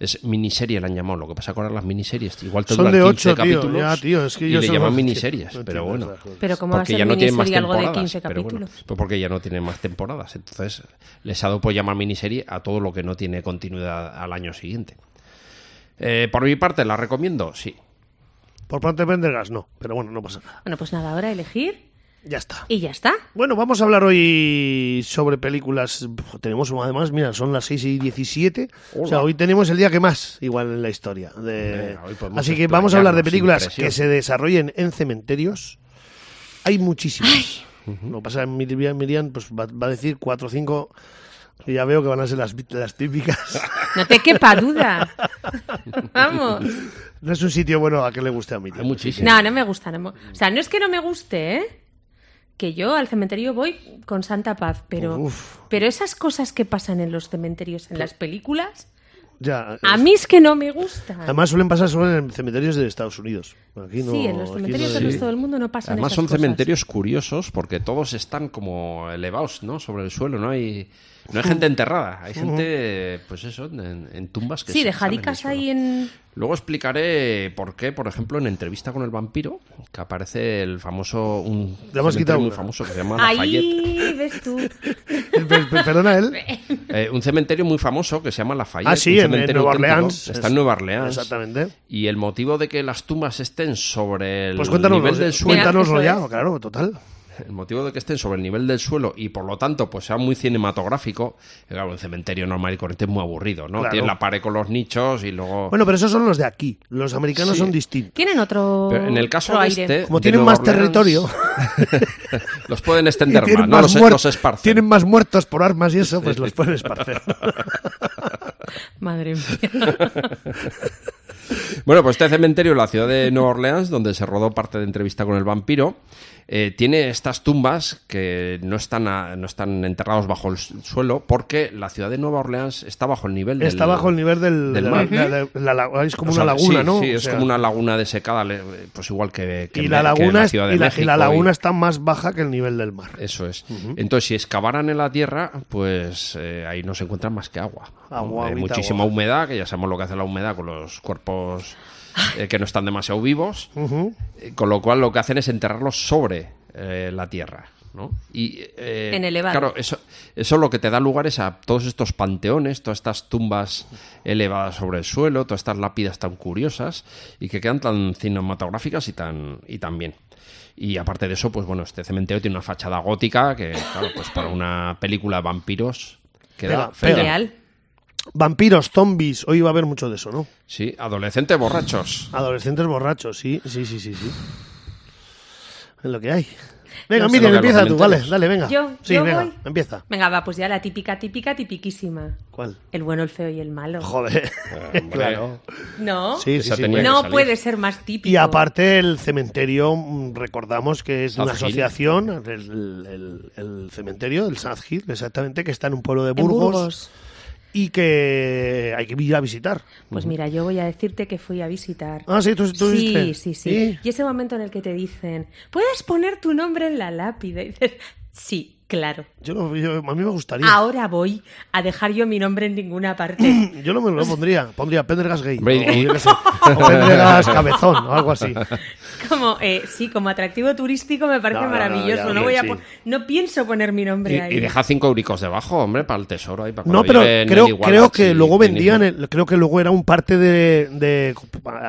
Speaker 2: Es miniserie, la han llamado. Lo que pasa con ahora las miniseries, igual te
Speaker 1: Son
Speaker 2: duran
Speaker 1: de
Speaker 2: 15
Speaker 1: ocho, tío.
Speaker 2: capítulos
Speaker 1: Ya, tío, es que
Speaker 2: y
Speaker 1: yo
Speaker 2: le
Speaker 1: solo-
Speaker 2: llaman
Speaker 1: es que
Speaker 2: miniseries,
Speaker 1: no
Speaker 2: pero
Speaker 1: entiendo
Speaker 2: bueno
Speaker 1: esas cosas.
Speaker 3: Pero ¿cómo va a ser miniserie algo de 15
Speaker 2: pero bueno,
Speaker 3: capítulos?
Speaker 2: pues porque ya no tienen más temporadas. Entonces les ha dado por llamar miniserie a todo lo que no tiene continuidad al año siguiente. Eh, por mi parte, ¿la recomiendo? Sí.
Speaker 1: Por parte de Pendergas, no. Pero bueno, no pasa nada.
Speaker 3: Bueno, pues nada, ahora elegir
Speaker 1: Ya está.
Speaker 3: y ya está.
Speaker 1: Bueno, vamos a hablar hoy sobre películas. Uf, Tenemos además, mira, son las 6 y 17. O sea,
Speaker 2: Hola.
Speaker 1: hoy tenemos el día que más, igual en la historia. de-
Speaker 2: Venga, hoy podemos
Speaker 1: Así que vamos a hablar de
Speaker 2: explayarnos
Speaker 1: películas
Speaker 2: sin presión.
Speaker 1: que se desarrollen en cementerios. Hay muchísimas. Lo que pasa es que Miriam, Miriam, pues va, va a decir 4 o 5. Y ya veo que van a ser las, las típicas.
Speaker 3: No te quepa duda. Vamos.
Speaker 1: no es un sitio bueno a que le guste a Miriam.
Speaker 2: Hay muchísimas.
Speaker 3: No, no me gusta. no me- O sea, no es que no me guste, ¿eh? Que yo al cementerio voy con santa paz, pero,
Speaker 1: Uf.
Speaker 3: pero esas cosas que pasan en los cementerios, en las películas,
Speaker 1: Ya,
Speaker 3: a
Speaker 1: es-
Speaker 3: mí es que no me gustan.
Speaker 1: Además suelen pasar solo en cementerios de Estados Unidos. Aquí no-
Speaker 3: sí, en los
Speaker 1: aquí
Speaker 3: cementerios
Speaker 1: no
Speaker 3: del
Speaker 1: hay-
Speaker 3: resto del mundo no pasan
Speaker 2: Además
Speaker 3: esas
Speaker 2: son
Speaker 3: cosas.
Speaker 2: cementerios curiosos porque todos están como elevados, ¿no? Sobre el suelo, no hay no hay gente enterrada, hay gente, pues eso, en, en tumbas que
Speaker 3: Sí,
Speaker 2: se
Speaker 3: dejadicas
Speaker 2: salen del
Speaker 3: ahí
Speaker 2: suelo.
Speaker 3: en...
Speaker 2: Luego explicaré por qué, por ejemplo, en entrevista con el vampiro, que aparece el famoso un
Speaker 1: Le hemos
Speaker 2: cementerio
Speaker 1: quitado
Speaker 2: muy
Speaker 1: una.
Speaker 2: famoso que se llama Lafayette.
Speaker 3: Ahí, ves tú.
Speaker 1: Per- per- Perdona él.
Speaker 2: Eh, un cementerio muy famoso que se llama Lafayette.
Speaker 1: Ah, sí,
Speaker 2: un
Speaker 1: en- en,
Speaker 2: cementerio
Speaker 1: Nueva
Speaker 2: auténtico.
Speaker 1: Orleans.
Speaker 2: Está en Nueva Orleans.
Speaker 1: Exactamente.
Speaker 2: Y el motivo de que las tumbas estén sobre el
Speaker 1: Pues
Speaker 2: nivel del
Speaker 1: cuéntanos,
Speaker 2: suelo.
Speaker 1: cuéntanoslo
Speaker 3: Mira, eso
Speaker 1: ya,
Speaker 3: es.
Speaker 1: claro, total.
Speaker 2: El motivo de que estén sobre el nivel del suelo y por lo tanto pues sea muy cinematográfico, claro, un cementerio normal y corriente es muy aburrido, ¿no?
Speaker 1: Claro.
Speaker 2: Tienes la pared con los nichos y luego...
Speaker 1: Bueno, pero esos son los de aquí. Los americanos
Speaker 2: Oh. Sí.
Speaker 1: son distintos.
Speaker 3: Tienen otro...
Speaker 2: Pero en el caso
Speaker 3: otro
Speaker 2: de
Speaker 3: aire.
Speaker 2: este...
Speaker 1: Como
Speaker 2: de
Speaker 1: tienen
Speaker 2: Nueva
Speaker 1: más
Speaker 2: Orleans,
Speaker 1: territorio.
Speaker 2: los pueden
Speaker 1: y
Speaker 2: extender más,
Speaker 1: tienen,
Speaker 2: ¿no?
Speaker 1: más
Speaker 2: Los, e-
Speaker 1: muer-
Speaker 2: los esparcen.
Speaker 1: tienen más muertos por armas y eso, pues los pueden esparcer.
Speaker 3: Madre mía.
Speaker 2: Bueno, pues este cementerio en la ciudad de Nueva Orleans, donde se rodó parte de entrevista con el vampiro, eh, tiene estas tumbas que no están, a- no están enterrados bajo el su- suelo porque la ciudad de Nueva Orleans está bajo el nivel del
Speaker 1: Está bajo el nivel del,
Speaker 2: del
Speaker 1: la-
Speaker 2: mar.
Speaker 1: la- la- la- la- es como
Speaker 2: O sea,
Speaker 1: una laguna,
Speaker 2: sí,
Speaker 1: ¿no?
Speaker 2: Sí,
Speaker 1: O
Speaker 2: es
Speaker 1: sea,
Speaker 2: como una laguna desecada, le- pues igual que, que
Speaker 1: y
Speaker 2: en-
Speaker 1: la
Speaker 2: que en
Speaker 1: laguna, es-
Speaker 2: Ciudad de
Speaker 1: y la- y
Speaker 2: México
Speaker 1: la laguna
Speaker 2: y-
Speaker 1: está más baja que el nivel del mar.
Speaker 2: Eso es. Entonces, si excavaran en la tierra, pues eh, ahí no se encuentran más que agua. ¿no?
Speaker 1: Agua,
Speaker 2: Hay
Speaker 1: agüita,
Speaker 2: muchísima
Speaker 1: agua.
Speaker 2: humedad, que ya sabemos lo que hace la humedad con los cuerpos eh, que no están demasiado vivos.
Speaker 1: Ujú.
Speaker 2: Eh, Con lo cual lo que hacen es enterrarlos sobre eh, la tierra. ¿no? Y, eh,
Speaker 3: En elevado.
Speaker 2: Claro, eso, eso lo que te da lugar es a todos estos panteones, todas estas tumbas elevadas sobre el suelo, todas estas lápidas tan curiosas y que quedan tan cinematográficas y tan, y tan bien. Y aparte de eso, pues bueno, este cementerio tiene una fachada gótica que, claro, pues para una película de vampiros queda
Speaker 1: Pega,
Speaker 2: fenomenal.
Speaker 1: pega.
Speaker 3: Ideal.
Speaker 1: Vampiros, zombies, hoy va a haber mucho de eso, ¿no?
Speaker 2: Sí, adolescentes borrachos.
Speaker 1: Adolescentes borrachos, sí, sí, sí, sí, sí. Es lo que hay. Venga,
Speaker 2: No sé
Speaker 1: Miriam,
Speaker 2: lo que
Speaker 1: empieza tú, vale,
Speaker 2: comentemos.
Speaker 1: dale, venga.
Speaker 3: Yo-
Speaker 1: sí,
Speaker 3: yo
Speaker 1: venga,
Speaker 3: voy.
Speaker 1: empieza.
Speaker 3: Venga, va, pues ya la típica, típica, tipiquísima.
Speaker 1: ¿Cuál?
Speaker 3: El bueno, el feo y el malo.
Speaker 1: Joder.
Speaker 2: Ah, Hombre.
Speaker 1: claro.
Speaker 3: ¿No?
Speaker 1: Sí, sí,
Speaker 2: Esa
Speaker 1: sí.
Speaker 2: tenía
Speaker 1: bueno.
Speaker 2: que
Speaker 3: no
Speaker 2: salir.
Speaker 3: puede ser más típico.
Speaker 1: Y aparte el cementerio, mm, recordamos que es de una
Speaker 2: South Hill.
Speaker 1: asociación, el, el- el cementerio, el South Hill, exactamente, que está en un pueblo de
Speaker 3: En
Speaker 1: Burgos, y que hay que ir a visitar.
Speaker 3: Pues mira, yo voy a decirte que fui a visitar.
Speaker 1: Ah, sí, tú, tú
Speaker 3: sí,
Speaker 1: viste.
Speaker 3: sí, sí.
Speaker 1: ¿Y?
Speaker 3: Y ese momento en el que te dicen, ¿puedes poner tu nombre en la lápida? Y dices, Sí, claro.
Speaker 1: Yo, no- yo- a mí me gustaría.
Speaker 3: Ahora voy a dejar yo mi nombre en ninguna parte.
Speaker 1: Yo no me lo pondría. Pondría Pendergast Gay.
Speaker 2: Hombre,
Speaker 1: o,
Speaker 2: y-
Speaker 1: yo qué sé, o Pendergast Cabezón o algo así.
Speaker 3: Como, eh, sí, como atractivo turístico me parece
Speaker 1: No, no, no,
Speaker 3: maravilloso.
Speaker 1: ya,
Speaker 3: No, voy a
Speaker 1: sí.
Speaker 3: po- no pienso poner mi nombre ahí.
Speaker 2: Y, y deja cinco euricos debajo, hombre, para el tesoro. Ahí, para
Speaker 1: No,
Speaker 2: cuando
Speaker 1: pero
Speaker 2: lleven
Speaker 1: creo,
Speaker 2: el Igualax
Speaker 1: creo que
Speaker 2: y
Speaker 1: luego
Speaker 2: Guinness.
Speaker 1: vendían, el- creo que luego era un parte de, de,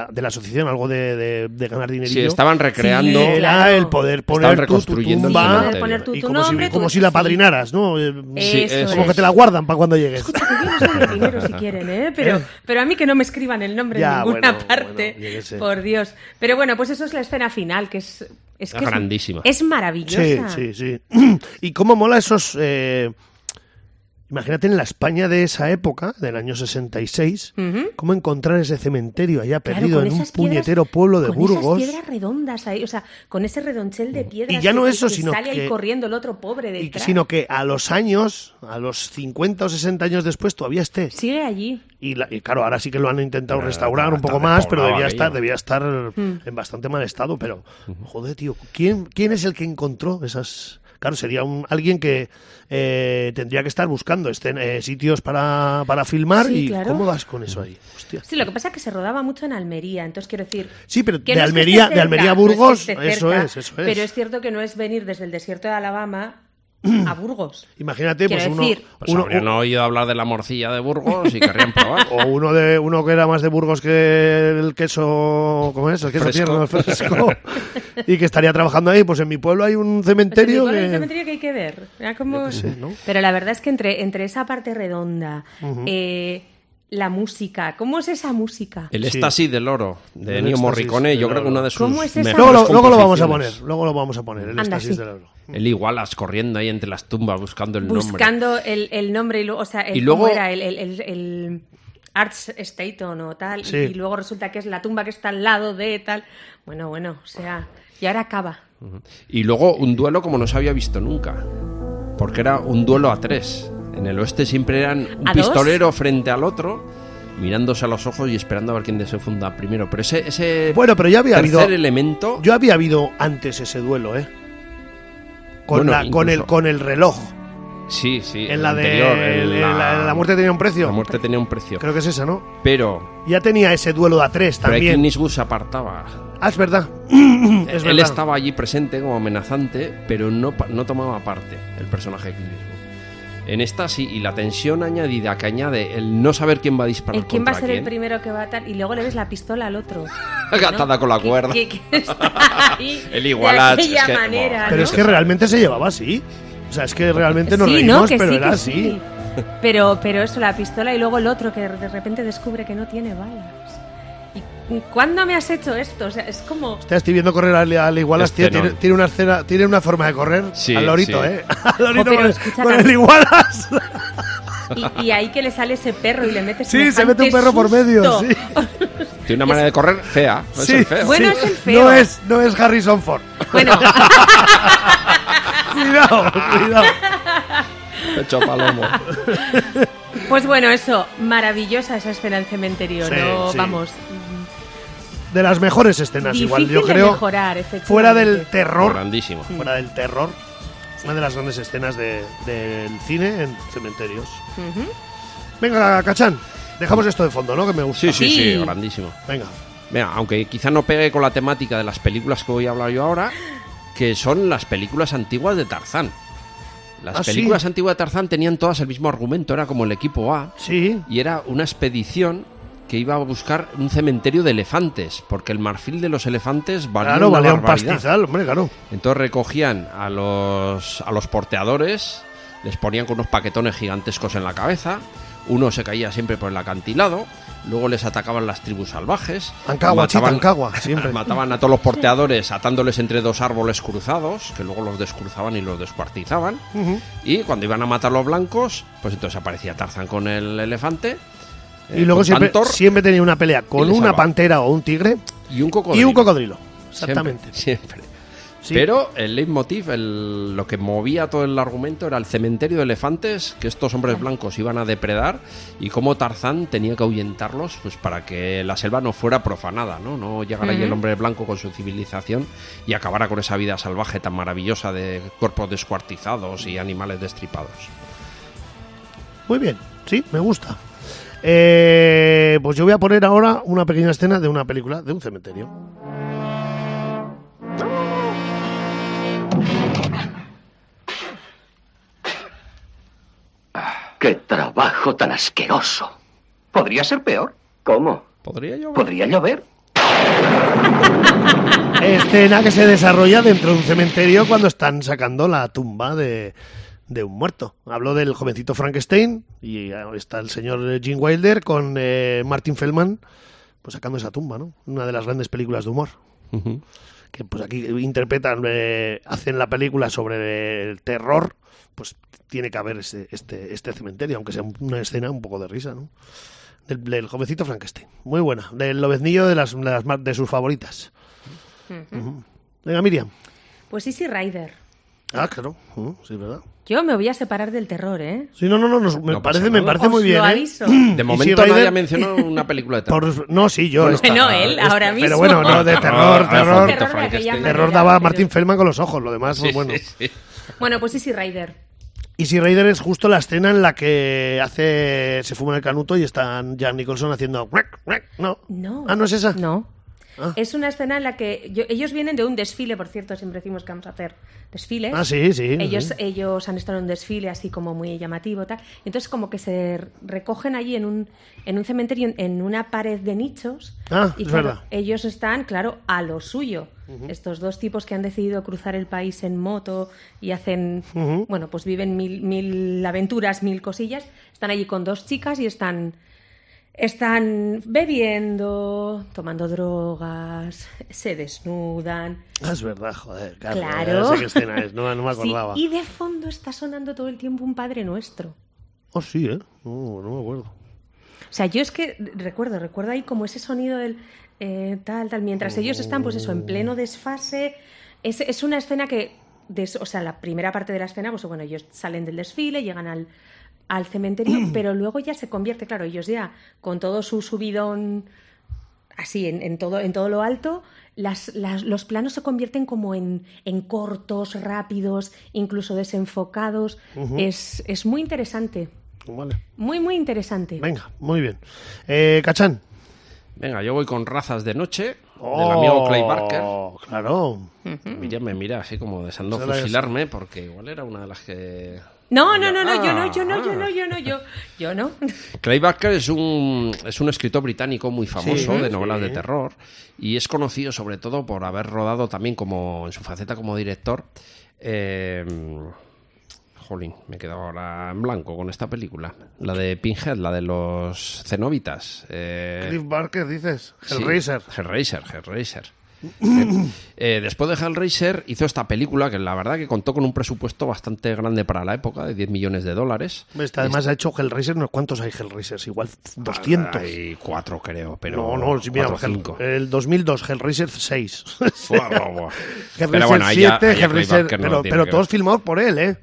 Speaker 1: de la asociación, algo de, de- de ganar dinero.
Speaker 2: Sí, estaban recreando.
Speaker 3: Sí,
Speaker 1: Era
Speaker 3: claro.
Speaker 1: el poder
Speaker 2: Estaban
Speaker 1: poner tu, tu
Speaker 2: reconstruyendo el
Speaker 1: tumba
Speaker 2: cementerio. Poder poner
Speaker 3: tú
Speaker 1: y
Speaker 3: tu
Speaker 1: como,
Speaker 3: nombre,
Speaker 1: si, como
Speaker 3: tú-
Speaker 1: si la
Speaker 3: sí.
Speaker 1: padrinaras, ¿no? Eh,
Speaker 2: Sí,
Speaker 3: Eso
Speaker 2: es.
Speaker 1: como que
Speaker 3: es.
Speaker 1: te la guardan para cuando llegues.
Speaker 3: Escucha, que yo no soy de dinero si quieren, ¿eh? Pero, pero a mí que no me escriban el nombre
Speaker 1: Ya,
Speaker 3: en ninguna
Speaker 1: bueno,
Speaker 3: parte.
Speaker 1: bueno, yo qué sé.
Speaker 3: por Dios. Pero bueno, pues eso es la escena final, que es. Es,
Speaker 2: Es
Speaker 3: que es-
Speaker 2: grandísima.
Speaker 3: Es, maravillosa.
Speaker 1: Sí, sí, sí. y cómo mola esos. eh, imagínate en la España de esa época, del año 66,
Speaker 3: Ujú.
Speaker 1: cómo encontrar ese cementerio allá
Speaker 3: Mm. Claro,
Speaker 1: perdido
Speaker 3: con
Speaker 1: en un
Speaker 3: esas piedras-
Speaker 1: puñetero pueblo de
Speaker 3: con
Speaker 1: Burgos.
Speaker 3: Esas piedras redondas ahí, o sea, con ese redonchel de piedras.
Speaker 1: Y ya no
Speaker 3: que-
Speaker 1: eso,
Speaker 3: que
Speaker 1: sino
Speaker 3: sale
Speaker 1: que-
Speaker 3: ahí corriendo el otro pobre
Speaker 1: Y-
Speaker 3: detrás.
Speaker 1: sino que a los años, a los 50 o 60 años después, todavía esté.
Speaker 3: Sigue allí.
Speaker 1: Y, la- y claro, ahora sí que lo han intentado
Speaker 2: Pero
Speaker 1: restaurar
Speaker 2: estaba
Speaker 1: un poco
Speaker 2: bastante
Speaker 1: más, pero
Speaker 2: poblado
Speaker 1: debía estar,
Speaker 2: aquello.
Speaker 1: debía estar
Speaker 3: Mm.
Speaker 1: en bastante mal estado. Pero, joder, tío, ¿quién, quién es el que encontró esas...? Claro, sería un, alguien que eh, tendría que estar buscando este, eh, sitios para, para filmar
Speaker 3: Sí,
Speaker 1: y
Speaker 3: claro.
Speaker 1: ¿cómo vas con eso ahí? Hostia.
Speaker 3: Sí, lo que pasa es que se rodaba mucho en Almería, entonces quiero decir.
Speaker 1: Sí, pero
Speaker 3: que
Speaker 1: de
Speaker 3: no es que esté
Speaker 1: Almería, de
Speaker 3: cerca,
Speaker 1: Almería a
Speaker 3: no es que
Speaker 1: Burgos,
Speaker 3: esté
Speaker 1: eso
Speaker 3: cerca,
Speaker 1: es, eso es.
Speaker 3: Pero es cierto que no es venir desde el desierto de Alabama a Burgos.
Speaker 1: Imagínate, pues
Speaker 3: Quiero
Speaker 1: uno,
Speaker 3: decir-
Speaker 2: Pues
Speaker 1: uno-
Speaker 2: habrían oído hablar de la morcilla de Burgos y querrían probar.
Speaker 1: O uno de uno que era más de Burgos que el queso, ¿cómo es? El queso
Speaker 2: Fresco.
Speaker 1: tierno, el fresco. y que estaría trabajando ahí, pues en mi pueblo hay un
Speaker 3: Pues en mi
Speaker 1: cementerio
Speaker 3: pueblo hay un
Speaker 1: que-
Speaker 3: cementerio que hay que ver. Era como-
Speaker 1: qué sé, ¿no?
Speaker 3: Pero la verdad es que entre, entre esa parte redonda, eh, la música, ¿cómo es esa música?
Speaker 2: El
Speaker 1: Sí.
Speaker 2: éxtasis del oro de
Speaker 1: El
Speaker 2: Ennio
Speaker 1: éxtasis
Speaker 2: Morricone,
Speaker 1: del
Speaker 2: yo creo
Speaker 1: oro.
Speaker 2: que una de sus
Speaker 3: ¿Cómo es esa?
Speaker 2: mejores
Speaker 1: Luego lo, luego lo vamos a
Speaker 2: composiciones.
Speaker 1: poner, luego lo vamos a poner, el
Speaker 3: Anda,
Speaker 1: éxtasis
Speaker 3: sí.
Speaker 1: del euro.
Speaker 2: El Igualas corriendo ahí entre las tumbas buscando el nombre.
Speaker 3: Buscando el, el nombre y luego, o sea, el,
Speaker 2: Y luego-
Speaker 3: ¿cómo era el, el, el- el Arts Staton o tal, y-
Speaker 1: Sí.
Speaker 3: y, luego resulta que es la tumba que está al lado de tal. Bueno, bueno, o sea, y ahora acaba.
Speaker 2: Y luego un duelo como no se había visto nunca. Porque era un duelo a tres. En el oeste siempre eran un
Speaker 3: ¿A dos?
Speaker 2: pistolero frente al otro, mirándose a los ojos y esperando a ver quién desfunda primero. Pero ese, ese
Speaker 1: Bueno, pero ya había
Speaker 2: tercer
Speaker 1: habido
Speaker 2: elemento.
Speaker 1: yo había habido antes ese duelo, ¿eh? Con
Speaker 2: Bueno,
Speaker 1: la- con el
Speaker 2: incluso.
Speaker 1: con el reloj,
Speaker 2: Sí, sí.
Speaker 1: en
Speaker 2: el
Speaker 1: la de
Speaker 2: anterior, en
Speaker 1: en la, la muerte tenía un precio.
Speaker 2: la muerte tenía un precio.
Speaker 1: Creo que es esa, ¿no?
Speaker 2: Pero,
Speaker 1: Ya tenía ese duelo de a tres
Speaker 2: pero aquí
Speaker 1: también.
Speaker 2: Nisbus se apartaba.
Speaker 1: Ah, es verdad. es
Speaker 2: Él
Speaker 1: verdad.
Speaker 2: estaba allí presente como amenazante, pero no, pa- no tomaba parte el personaje de Clint Eastwood. En esta sí, y la tensión añadida que añade el no saber quién va a disparar
Speaker 3: El quién va a
Speaker 2: contra
Speaker 3: ser el
Speaker 2: quién,
Speaker 3: primero que va a tal, y luego le ves la pistola al otro.
Speaker 2: Atada con la
Speaker 3: Que-
Speaker 2: cuerda.
Speaker 3: que- que está ahí
Speaker 2: El igualach,
Speaker 3: De aquella
Speaker 2: es que-
Speaker 3: manera,
Speaker 1: Pero
Speaker 3: ¿no?
Speaker 1: es que realmente se llevaba así. O sea, es que realmente nos
Speaker 3: sí,
Speaker 1: reímos,
Speaker 3: ¿no? Que
Speaker 1: pero
Speaker 3: sí,
Speaker 1: era
Speaker 3: que
Speaker 1: así.
Speaker 3: sí. Pero, pero eso, la pistola y luego el otro que de repente descubre que no tiene balas. ¿Y cuándo me has hecho esto? O sea, es como...
Speaker 1: Te estoy viendo correr al, al Igualas, tío.
Speaker 2: Escenón.
Speaker 1: Tiene, tiene una escena, tiene una forma de correr
Speaker 2: Este Sí,
Speaker 1: al lorito,
Speaker 2: sí.
Speaker 1: ¿eh? Al lorito
Speaker 3: pero
Speaker 1: con, el,
Speaker 3: escucha
Speaker 1: con
Speaker 3: la-
Speaker 1: el Igualas.
Speaker 3: Y, y ahí que le sale ese perro y le metes
Speaker 1: Sí, se mete un
Speaker 3: semejante
Speaker 1: perro por medio,
Speaker 3: susto.
Speaker 1: sí.
Speaker 2: Tiene una manera de correr fea. No es el feo.
Speaker 3: Bueno,
Speaker 1: sí.
Speaker 3: es el feo.
Speaker 1: No es, no es Harrison Ford.
Speaker 3: Bueno,
Speaker 1: Cuidado, cuidado.
Speaker 2: Pecho palomo.
Speaker 3: pues bueno, eso, maravillosa esa escena en cementerio,
Speaker 1: Sí,
Speaker 3: ¿no?
Speaker 1: sí.
Speaker 3: Vamos,
Speaker 1: De las mejores escenas,
Speaker 3: difícil
Speaker 1: igual, yo
Speaker 3: de
Speaker 1: creo.
Speaker 3: mejorar, efectivamente.
Speaker 1: Fuera del terror.
Speaker 2: Grandísimo.
Speaker 1: Fuera del terror. Una de las grandes escenas de- del cine en cementerios.
Speaker 3: Ujú.
Speaker 1: Venga, Cachán. Dejamos esto de fondo, ¿no? Que me gusta.
Speaker 2: Sí, sí, sí,
Speaker 3: Sí.
Speaker 2: grandísimo.
Speaker 1: Venga.
Speaker 2: Mira, aunque quizá no pegue con la temática de las películas que voy a hablar yo ahora, que son las películas antiguas de Tarzán. Las
Speaker 1: Ah, sí.
Speaker 2: películas antiguas de Tarzán tenían todas el mismo argumento, era como el equipo A,
Speaker 1: Sí.
Speaker 2: y era una expedición que iba a buscar un cementerio de elefantes, porque el marfil de los elefantes valía
Speaker 1: Claro,
Speaker 2: una
Speaker 1: valía un
Speaker 2: barbaridad.
Speaker 1: pastizal, hombre, claro.
Speaker 2: Entonces recogían a los, a los porteadores, les ponían con unos paquetones gigantescos en la cabeza, uno se caía siempre por el acantilado, luego les atacaban las tribus salvajes,
Speaker 1: Ancagua, chita, Ancagua, siempre.
Speaker 2: mataban a todos los porteadores atándoles entre dos árboles cruzados, que luego los descruzaban y los descuartizaban,
Speaker 1: Ujú.
Speaker 2: y cuando iban a matar a los blancos, pues entonces aparecía Tarzán con el elefante.
Speaker 1: Y
Speaker 2: eh,
Speaker 1: luego
Speaker 2: con
Speaker 1: siempre,
Speaker 2: Tantor
Speaker 1: siempre tenía una pelea
Speaker 2: Y
Speaker 1: con
Speaker 2: le
Speaker 1: una
Speaker 2: salva.
Speaker 1: pantera o un tigre
Speaker 2: y un cocodrilo.
Speaker 1: y un cocodrilo.
Speaker 2: Siempre,
Speaker 1: Exactamente.
Speaker 2: Siempre.
Speaker 1: Sí.
Speaker 2: Pero el leitmotiv, el- lo que movía todo el argumento era el cementerio de elefantes que estos hombres blancos iban a depredar y cómo Tarzán tenía que ahuyentarlos pues para que la selva no fuera profanada, ¿no? No llegara ahí el hombre blanco con su civilización y acabara con esa vida salvaje tan maravillosa de cuerpos descuartizados y animales destripados.
Speaker 1: Muy bien, sí, me gusta. Eh, pues yo voy a poner ahora una pequeña escena de una película de un cementerio.
Speaker 6: ¡Qué trabajo tan asqueroso! ¿Podría ser peor? ¿Cómo?
Speaker 2: ¿Podría yo?
Speaker 6: ¿Podría llover?
Speaker 1: Escena que se desarrolla dentro de un cementerio cuando están sacando la tumba de, de un muerto. Hablo del jovencito Frankenstein y ahí está el señor Gene Wilder con eh, Martin Feldman pues sacando esa tumba, ¿no? Una de las grandes películas de humor.
Speaker 2: Ujú.
Speaker 1: Que pues aquí interpretan, eh, hacen la película sobre el terror, pues tiene que haber ese- este, este cementerio, aunque sea una escena un poco de risa, ¿no? Del, del jovencito Frankenstein. Muy buena. Del lobeznillo de, las, de, las más- de sus favoritas. Ujú. Venga, Miriam.
Speaker 3: Pues Easy Rider.
Speaker 1: Ah, claro. Ujú, sí, verdad.
Speaker 3: Yo me voy a separar del terror, ¿eh?
Speaker 1: Sí, no, no, no. nos- me,
Speaker 2: No pasa
Speaker 1: parece, me
Speaker 2: nada.
Speaker 1: parece
Speaker 3: Os
Speaker 1: muy bien.
Speaker 3: lo
Speaker 1: ¿eh?
Speaker 3: aviso.
Speaker 2: De
Speaker 1: Y
Speaker 2: momento
Speaker 1: si
Speaker 2: nadie
Speaker 1: Raider-
Speaker 2: ha mencionado una película de terror.
Speaker 1: Por- no, sí, yo. esta-
Speaker 3: no, él,
Speaker 1: esta-
Speaker 3: ahora mismo.
Speaker 1: este, Pero bueno, no, de terror,
Speaker 2: Ah,
Speaker 1: terror.
Speaker 2: Frankenstein.
Speaker 3: Terror de aquella manera.
Speaker 1: Terror daba a
Speaker 3: Pero-
Speaker 1: Martín Feldman con los ojos, lo demás,
Speaker 2: Sí,
Speaker 1: pues bueno.
Speaker 2: sí, sí.
Speaker 3: Bueno, pues Easy Rider.
Speaker 1: Y si Raider es justo la escena en la que hace se fuma el canuto y están Jack Nicholson haciendo "Ruec, ruec", no.
Speaker 3: No.
Speaker 1: Ah, no es esa.
Speaker 3: No.
Speaker 1: Ah.
Speaker 3: Es una escena en la que yo- ellos vienen de un desfile, por cierto, siempre decimos que vamos a hacer desfiles.
Speaker 1: Ah, sí, sí.
Speaker 3: Ellos, eh,
Speaker 1: sí.
Speaker 3: ellos han estado en un desfile así como muy llamativo tal. Entonces como que se r- recogen allí en un, en un cementerio, en- en una pared de nichos.
Speaker 1: Ah,
Speaker 3: y
Speaker 1: es
Speaker 3: claro,
Speaker 1: verdad.
Speaker 3: ellos están, claro, a lo suyo. Estos dos tipos que han decidido cruzar el país en moto y hacen,
Speaker 1: Ujú.
Speaker 3: bueno, pues viven mil, mil aventuras, mil cosillas. Están allí con dos chicas y están... Están bebiendo, tomando drogas, se desnudan,
Speaker 1: Ah, es verdad, joder. Claro.
Speaker 3: Claro.
Speaker 1: ya sé qué escena es, no, no me
Speaker 3: Sí,
Speaker 1: acordaba.
Speaker 3: y de fondo está sonando todo el tiempo un Padre Nuestro.
Speaker 1: Oh, sí, ¿eh? No, no me acuerdo.
Speaker 3: O sea, yo es que recuerdo, recuerdo ahí como ese sonido del eh, tal, tal, mientras ellos están, pues eso, en pleno desfase. Es, es una escena que, des- o sea, la primera parte de la escena, pues bueno, ellos salen del desfile, llegan al, al cementerio, pero luego ya se convierte, claro, ellos ya con todo su subidón así en, en todo, en todo lo alto, las- las- los planos se convierten como en, en cortos, rápidos, incluso desenfocados. es, es muy interesante.
Speaker 1: Vale.
Speaker 3: Muy, muy interesante.
Speaker 1: Venga, muy bien. Eh, Cachán.
Speaker 2: Venga, yo voy con razas de noche, del amigo Clay Barker.
Speaker 1: Oh, Claro.
Speaker 2: Miriam me mira así como deseando
Speaker 1: Esa es la que-
Speaker 2: fusilarme porque igual era una de las que...
Speaker 3: No, no, no, no, yo no,
Speaker 2: Ah.
Speaker 3: yo no, yo no, yo no, yo, yo no.
Speaker 2: Clay Barker es un, es un escritor británico muy famoso
Speaker 1: Sí,
Speaker 2: de novelas
Speaker 1: sí.
Speaker 2: de terror y es conocido sobre todo por haber rodado también como en su faceta como director. eh, jolín, me he quedado ahora en blanco con esta película. La de Pinhead, la de los cenobitas. eh,
Speaker 1: Cliff Barker, dices.
Speaker 2: Sí,
Speaker 1: Hellraiser.
Speaker 2: Hellraiser, Hellraiser. Eh, eh, después de Hellraiser hizo esta película que la verdad que contó con un presupuesto bastante grande para la época, de 10 millones de dólares.
Speaker 1: Esta, este además ha hecho Hellraiser. ¿no? ¿Cuántos hay Hellraisers? Igual 200.
Speaker 2: Hay cuatro, creo,
Speaker 1: no,
Speaker 2: pero.
Speaker 1: no, sí, mira,
Speaker 2: cuatro,
Speaker 1: Hell- eh,
Speaker 2: cinco.
Speaker 1: el 2002, Hellraiser 6.
Speaker 2: Buah, buah, buah.
Speaker 1: Hellraiser
Speaker 2: ahí
Speaker 1: 7,
Speaker 2: ya- ahí ya Clive
Speaker 1: Hellraiser-
Speaker 2: Barker no
Speaker 1: pero,
Speaker 2: tiene
Speaker 1: pero
Speaker 2: que
Speaker 1: todos
Speaker 2: ver.
Speaker 1: filmados por él, ¿eh?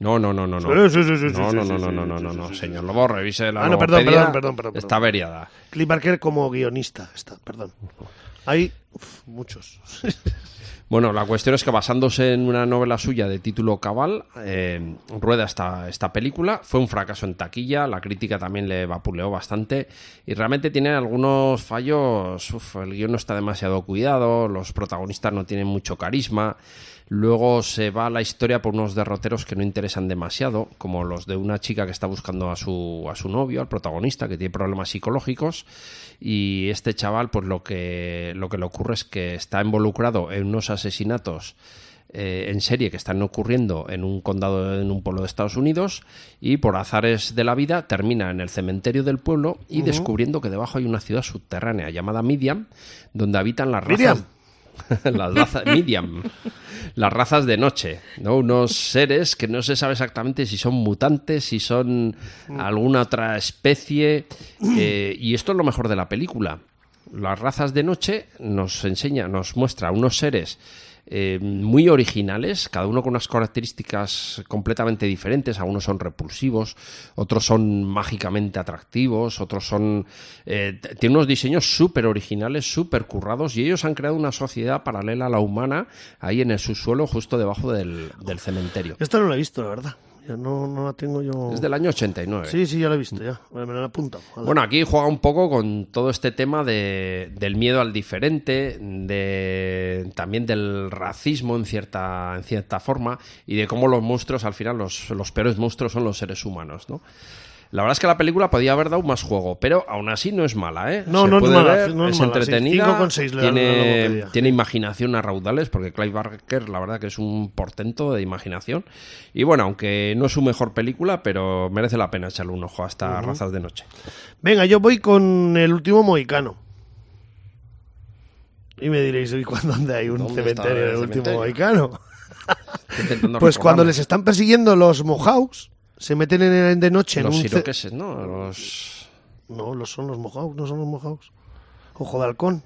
Speaker 2: No, no, no, no. No,
Speaker 1: Sí, sí, sí, sí, sí,
Speaker 2: no, no,
Speaker 1: sí,
Speaker 2: no,
Speaker 1: sí,
Speaker 2: no,
Speaker 1: sí,
Speaker 2: no, no,
Speaker 1: sí,
Speaker 2: no,
Speaker 1: sí,
Speaker 2: no,
Speaker 1: sí, sí.
Speaker 2: señor Lobo, revise la
Speaker 1: Ah, no, perdón,
Speaker 2: logopedia,
Speaker 1: perdón, perdón, perdón,
Speaker 2: Está
Speaker 1: perdón.
Speaker 2: averiada.
Speaker 1: Cliff Barker como guionista está, perdón. Hay uf, muchos.
Speaker 2: Bueno, la cuestión es que basándose en una novela suya de título Cabal, eh, rueda esta, esta película. Fue un fracaso en taquilla, la crítica también le vapuleó bastante y realmente tiene algunos fallos. Uf, el guión no está demasiado cuidado, los protagonistas no tienen mucho carisma. Luego se va la historia por unos derroteros que no interesan demasiado, como los de una chica que está buscando a su, a su novio, al protagonista, que tiene problemas psicológicos. Y este chaval, pues lo que, lo que le ocurre es que está involucrado en unos asesinatos eh, en serie que están ocurriendo en un condado, en un pueblo de Estados Unidos, y por azares de la vida termina en el cementerio del pueblo y descubriendo que debajo hay una ciudad subterránea llamada Midian, donde habitan las razas.
Speaker 1: Midian.
Speaker 2: las razas Midian, las razas de noche, ¿no? Unos seres que no se sabe exactamente si son mutantes, si son alguna otra especie. eh, y esto es lo mejor de la película. Las razas de noche nos enseña, nos muestra unos seres eh, muy originales, cada uno con unas características completamente diferentes. Algunos son repulsivos, otros son mágicamente atractivos, otros son. eh, t- tienen unos diseños súper originales, súper currados, y ellos han creado una sociedad paralela a la humana ahí en el subsuelo, justo debajo del, del cementerio.
Speaker 1: Esta no la he visto, la verdad. Yo no, no la tengo yo.
Speaker 2: Es del año 89.
Speaker 1: Sí, sí, ya la he visto, ya. Bueno, me la he apuntado. Vale.
Speaker 2: Bueno, aquí juega un poco con todo este tema de- del miedo al diferente, de, también del racismo en cierta, en cierta forma y de cómo los monstruos, al final, los, los peores monstruos son los seres humanos, ¿no? La verdad es que la película podía haber dado más juego, pero aún así no es mala, ¿eh?
Speaker 1: No,
Speaker 2: Se
Speaker 1: no es
Speaker 2: puede
Speaker 1: mala,
Speaker 2: ver,
Speaker 1: no es mala, sí.
Speaker 2: entretenida,
Speaker 1: 5,6 le da- le da la
Speaker 2: tiene,
Speaker 1: botella.
Speaker 2: tiene imaginación a raudales, porque Clive Barker, la verdad que es un portento de imaginación. Y bueno, aunque no es su mejor película, pero merece la pena echarle un ojo a estas razas de noche.
Speaker 1: Venga, yo voy con el último mohicano. Y me diréis, ¿y cuándo dónde hay un
Speaker 2: ¿Dónde está
Speaker 1: cementerio
Speaker 2: el
Speaker 1: del último
Speaker 2: cementerio?
Speaker 1: mohicano?
Speaker 2: intentando
Speaker 1: Pues
Speaker 2: recordarlo.
Speaker 1: cuando les están persiguiendo los mojaus, se meten en, de noche en
Speaker 2: los
Speaker 1: un... ce-
Speaker 2: siroqueses, ¿no? Los...
Speaker 1: No, los son los mojaus, no son los mojaus. Ojo de halcón.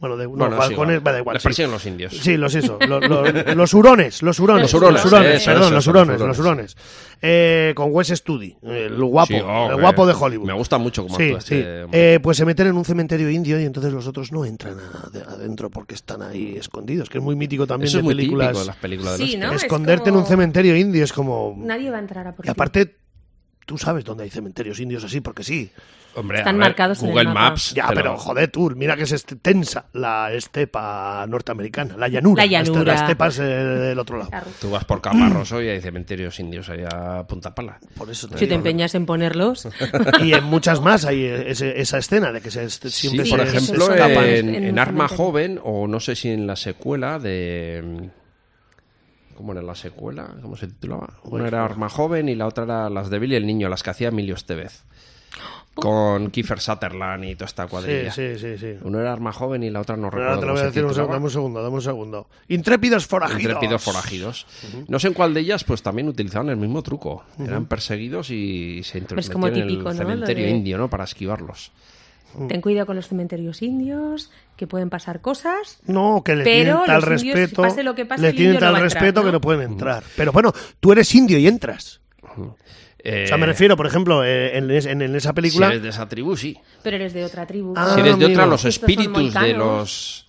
Speaker 1: Bueno, de, no,
Speaker 2: Bueno, es
Speaker 1: halcones,
Speaker 2: igual.
Speaker 1: va, da igual.
Speaker 2: Les
Speaker 1: sí.
Speaker 2: persiguen los indios.
Speaker 1: Sí, los eso, lo- lo- los hurones, los hurones.
Speaker 2: Los hurones, eh, eso,
Speaker 1: perdón,
Speaker 2: eso,
Speaker 1: los
Speaker 2: eso,
Speaker 1: hurones,
Speaker 2: los
Speaker 1: los hurones. Eh, con Wes Studi, el guapo,
Speaker 2: Sí, oh,
Speaker 1: el
Speaker 2: que-
Speaker 1: guapo de Hollywood.
Speaker 2: Me gusta mucho cómo
Speaker 1: Sí,
Speaker 2: actúa
Speaker 1: sí.
Speaker 2: este hombre.
Speaker 1: Eh, pues se meten en un cementerio indio y entonces los otros no entran a- de- adentro porque están ahí escondidos, que es muy mítico también
Speaker 2: Eso
Speaker 1: de
Speaker 2: es muy
Speaker 1: películas.
Speaker 2: típico de las películas de
Speaker 3: Sí,
Speaker 2: los
Speaker 3: ¿no? Es
Speaker 1: Esconderte en
Speaker 3: como-
Speaker 1: un cementerio indio es como...
Speaker 3: Nadie va a entrar a por
Speaker 1: Y
Speaker 3: ti.
Speaker 1: aparte, tú sabes dónde hay cementerios indios así porque sí.
Speaker 2: Hombre,
Speaker 3: Están
Speaker 2: a ver,
Speaker 3: marcados en el
Speaker 2: Google
Speaker 3: mapa.
Speaker 2: Maps.
Speaker 1: Ya,
Speaker 2: te lo-
Speaker 1: pero joder, tú, mira que es este- tensa la estepa norteamericana, la llanura.
Speaker 3: La llanura.
Speaker 1: La estepa es eh, del otro lado.
Speaker 3: Claro.
Speaker 2: Tú vas por Camarroso y hay cementerios indios allá a Punta Pala.
Speaker 1: Por eso te
Speaker 3: Si te
Speaker 1: digo, ¿no?
Speaker 3: empeñas en ponerlos.
Speaker 1: Y en muchas más hay eh, ese- esa escena de que se, este- siempre
Speaker 2: sí, por
Speaker 1: se,
Speaker 3: se
Speaker 2: ejemplo,
Speaker 1: escapan.
Speaker 2: en,
Speaker 3: En un
Speaker 2: en Arma
Speaker 3: cementerio.
Speaker 2: Joven, o no sé si en la secuela de... ¿Cómo era la secuela? ¿Cómo se titulaba?
Speaker 1: Pues
Speaker 2: Una era Arma Joven y la otra era Las de Billy el Niño, las que hacía Emilio Estevez.
Speaker 3: Oh.
Speaker 2: Con Kiefer Sutherland y toda esta
Speaker 1: Sí,
Speaker 2: cuadrilla.
Speaker 1: sí, sí, sí.
Speaker 2: Uno era Arma Joven y la otra no recuerdo.
Speaker 1: Ahora te lo
Speaker 2: cómo
Speaker 1: voy a
Speaker 2: se
Speaker 1: decir un segundo,
Speaker 2: titulaba.
Speaker 1: dame un segundo, dame un segundo. Intrépidos forajidos.
Speaker 2: Intrépidos forajidos. No sé en cuál de ellas, pues también utilizaban el mismo truco. Eran perseguidos y se
Speaker 3: Pero es
Speaker 2: introducían
Speaker 3: como
Speaker 2: en
Speaker 3: típico,
Speaker 2: el
Speaker 3: ¿no?
Speaker 2: cementerio
Speaker 3: Lo de-
Speaker 2: indio, ¿no? Para esquivarlos.
Speaker 3: Ten cuidado con los cementerios indios, que pueden pasar cosas.
Speaker 1: No, que le
Speaker 3: Pero
Speaker 1: tienen tal
Speaker 3: los indios,
Speaker 1: respeto.
Speaker 3: pase lo que pase,
Speaker 1: le
Speaker 3: el
Speaker 1: tienen
Speaker 3: indio no
Speaker 1: tal
Speaker 3: va a
Speaker 1: respeto
Speaker 3: entrar, ¿no?
Speaker 1: que no
Speaker 2: Mm.
Speaker 1: pueden entrar. Pero bueno, tú eres indio y entras.
Speaker 2: Eh,
Speaker 1: O sea, me refiero, por ejemplo, eh, en, es- en- en esa
Speaker 2: Si
Speaker 1: película.
Speaker 2: eres de esa tribu, sí.
Speaker 3: Pero eres de otra tribu.
Speaker 1: Ah,
Speaker 2: si eres de otra,
Speaker 1: amigo.
Speaker 2: los
Speaker 3: Estos son
Speaker 2: espíritus de
Speaker 3: mohicanos.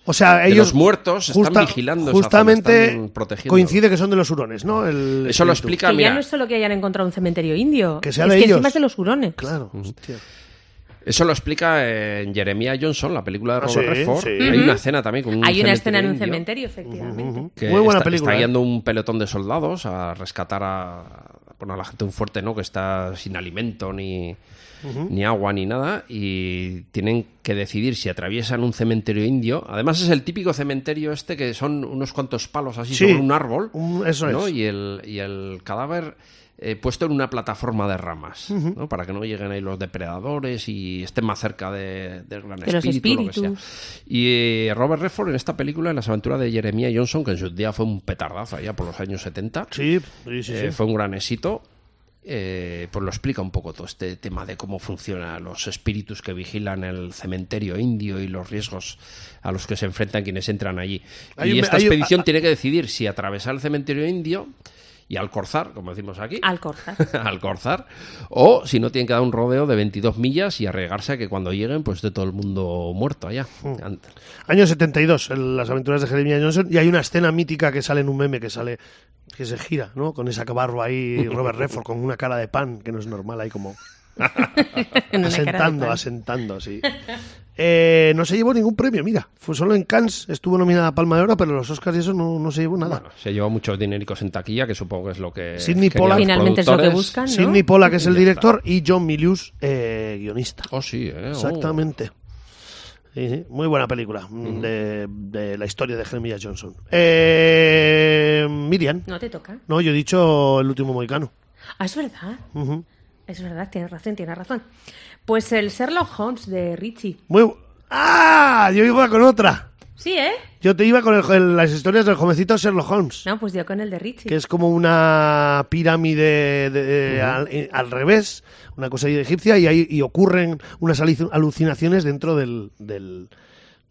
Speaker 2: los,
Speaker 1: o sea,
Speaker 2: de
Speaker 1: ellos.
Speaker 2: los muertos
Speaker 1: justa-
Speaker 2: están vigilando. esa zona,
Speaker 1: Justamente
Speaker 2: están protegiendo.
Speaker 1: coincide que son de los hurones, ¿no? El
Speaker 2: Eso
Speaker 1: espíritu.
Speaker 2: lo explica,
Speaker 3: Que ya
Speaker 2: mira,
Speaker 3: no es solo que hayan encontrado un cementerio indio.
Speaker 1: Que sea
Speaker 3: es
Speaker 1: de
Speaker 3: que
Speaker 1: ellos.
Speaker 3: encima es de los hurones.
Speaker 1: Claro, hostia.
Speaker 2: Eso lo explica en Jeremiah Johnson, la película de
Speaker 1: Ah,
Speaker 2: Robert
Speaker 1: sí,
Speaker 2: Redford.
Speaker 1: sí.
Speaker 2: Hay una escena también con un
Speaker 3: Hay una escena en un
Speaker 2: indio
Speaker 3: cementerio, efectivamente.
Speaker 2: que
Speaker 1: Muy buena
Speaker 2: está,
Speaker 1: película.
Speaker 2: está
Speaker 1: ¿eh?
Speaker 2: guiando un pelotón de soldados a rescatar a, bueno, a la gente de un fuerte, ¿no? Que está sin alimento ni, ni agua ni nada y tienen que decidir si atraviesan un cementerio indio. Además es el típico cementerio este que son unos cuantos palos así
Speaker 1: Sí,
Speaker 2: sobre un árbol,
Speaker 1: un- eso
Speaker 2: ¿no?
Speaker 1: es.
Speaker 2: Y el, y el cadáver eh, puesto en una plataforma de ramas, ¿no? Para que no lleguen ahí los depredadores y estén más cerca de, del gran
Speaker 3: De los
Speaker 2: espíritu, lo que sea.
Speaker 3: espíritus.
Speaker 2: Y eh, Robert Redford en esta película, en las aventuras de Jeremiah Johnson, que en su día fue un petardazo allá por los años 70,
Speaker 1: Sí, sí, sí.
Speaker 2: eh,
Speaker 1: sí.
Speaker 2: fue un gran éxito, eh, pues lo explica un poco todo este tema de cómo funcionan los espíritus que vigilan el cementerio indio y los riesgos a los que se enfrentan quienes entran allí.
Speaker 1: Hay
Speaker 2: y
Speaker 1: un-
Speaker 2: esta
Speaker 1: hay un-
Speaker 2: expedición
Speaker 1: a-
Speaker 2: tiene que decidir si atravesar el cementerio indio y alcorzar, como decimos aquí,
Speaker 3: Al cortar.
Speaker 2: alcorzar, o si no tienen que dar un rodeo de 22 millas y arriesgarse a que cuando lleguen pues esté todo el mundo muerto allá.
Speaker 1: Hmm.
Speaker 2: Ant-
Speaker 1: Año 72, el- las aventuras de Jeremiah Johnson, y hay una escena mítica que sale en un meme que sale, que se gira, ¿no? Con esa cabarro ahí, Robert Redford, con una cara de pan, que no es normal, ahí como
Speaker 3: En una cara de
Speaker 1: asentando,
Speaker 3: pan.
Speaker 1: asentando, sí. Eh, no se llevó ningún premio, mira, fue solo en Cannes, estuvo nominada a Palma de Oro, pero los Oscars y eso no, no se llevó nada.
Speaker 2: Bueno, se lleva muchos dinericos en taquilla, que supongo que es lo que.
Speaker 1: Sidney
Speaker 2: querían
Speaker 1: Pollack.
Speaker 2: los
Speaker 3: Finalmente es lo que
Speaker 2: productores.
Speaker 3: buscan, Ah, ¿no?
Speaker 1: Sidney Pollack, que es el
Speaker 2: Ya está.
Speaker 1: director, y John Milius, eh, guionista.
Speaker 2: Oh, sí, ¿eh? Oh.
Speaker 1: Exactamente. Sí, sí, Muy buena película mm, de, de la historia de Jeremiah Johnson. Eh, Miriam.
Speaker 3: No te toca.
Speaker 1: No, yo he dicho el último mohicano.
Speaker 3: Ah, es verdad.
Speaker 1: Ujú.
Speaker 3: Es verdad, tienes razón, tienes razón. Pues el Sherlock Holmes de Richie.
Speaker 1: Muy... bu- ¡Ah! Yo iba con otra.
Speaker 3: Sí, ¿eh?
Speaker 1: Yo te iba con el- el- las historias del jovencito Sherlock Holmes.
Speaker 3: No, pues yo con el de Richie.
Speaker 1: Que es como una pirámide de- de- al, eh, al revés, una cosa ahí egipcia, y, ahí, y ocurren unas alic- alucinaciones dentro del, del,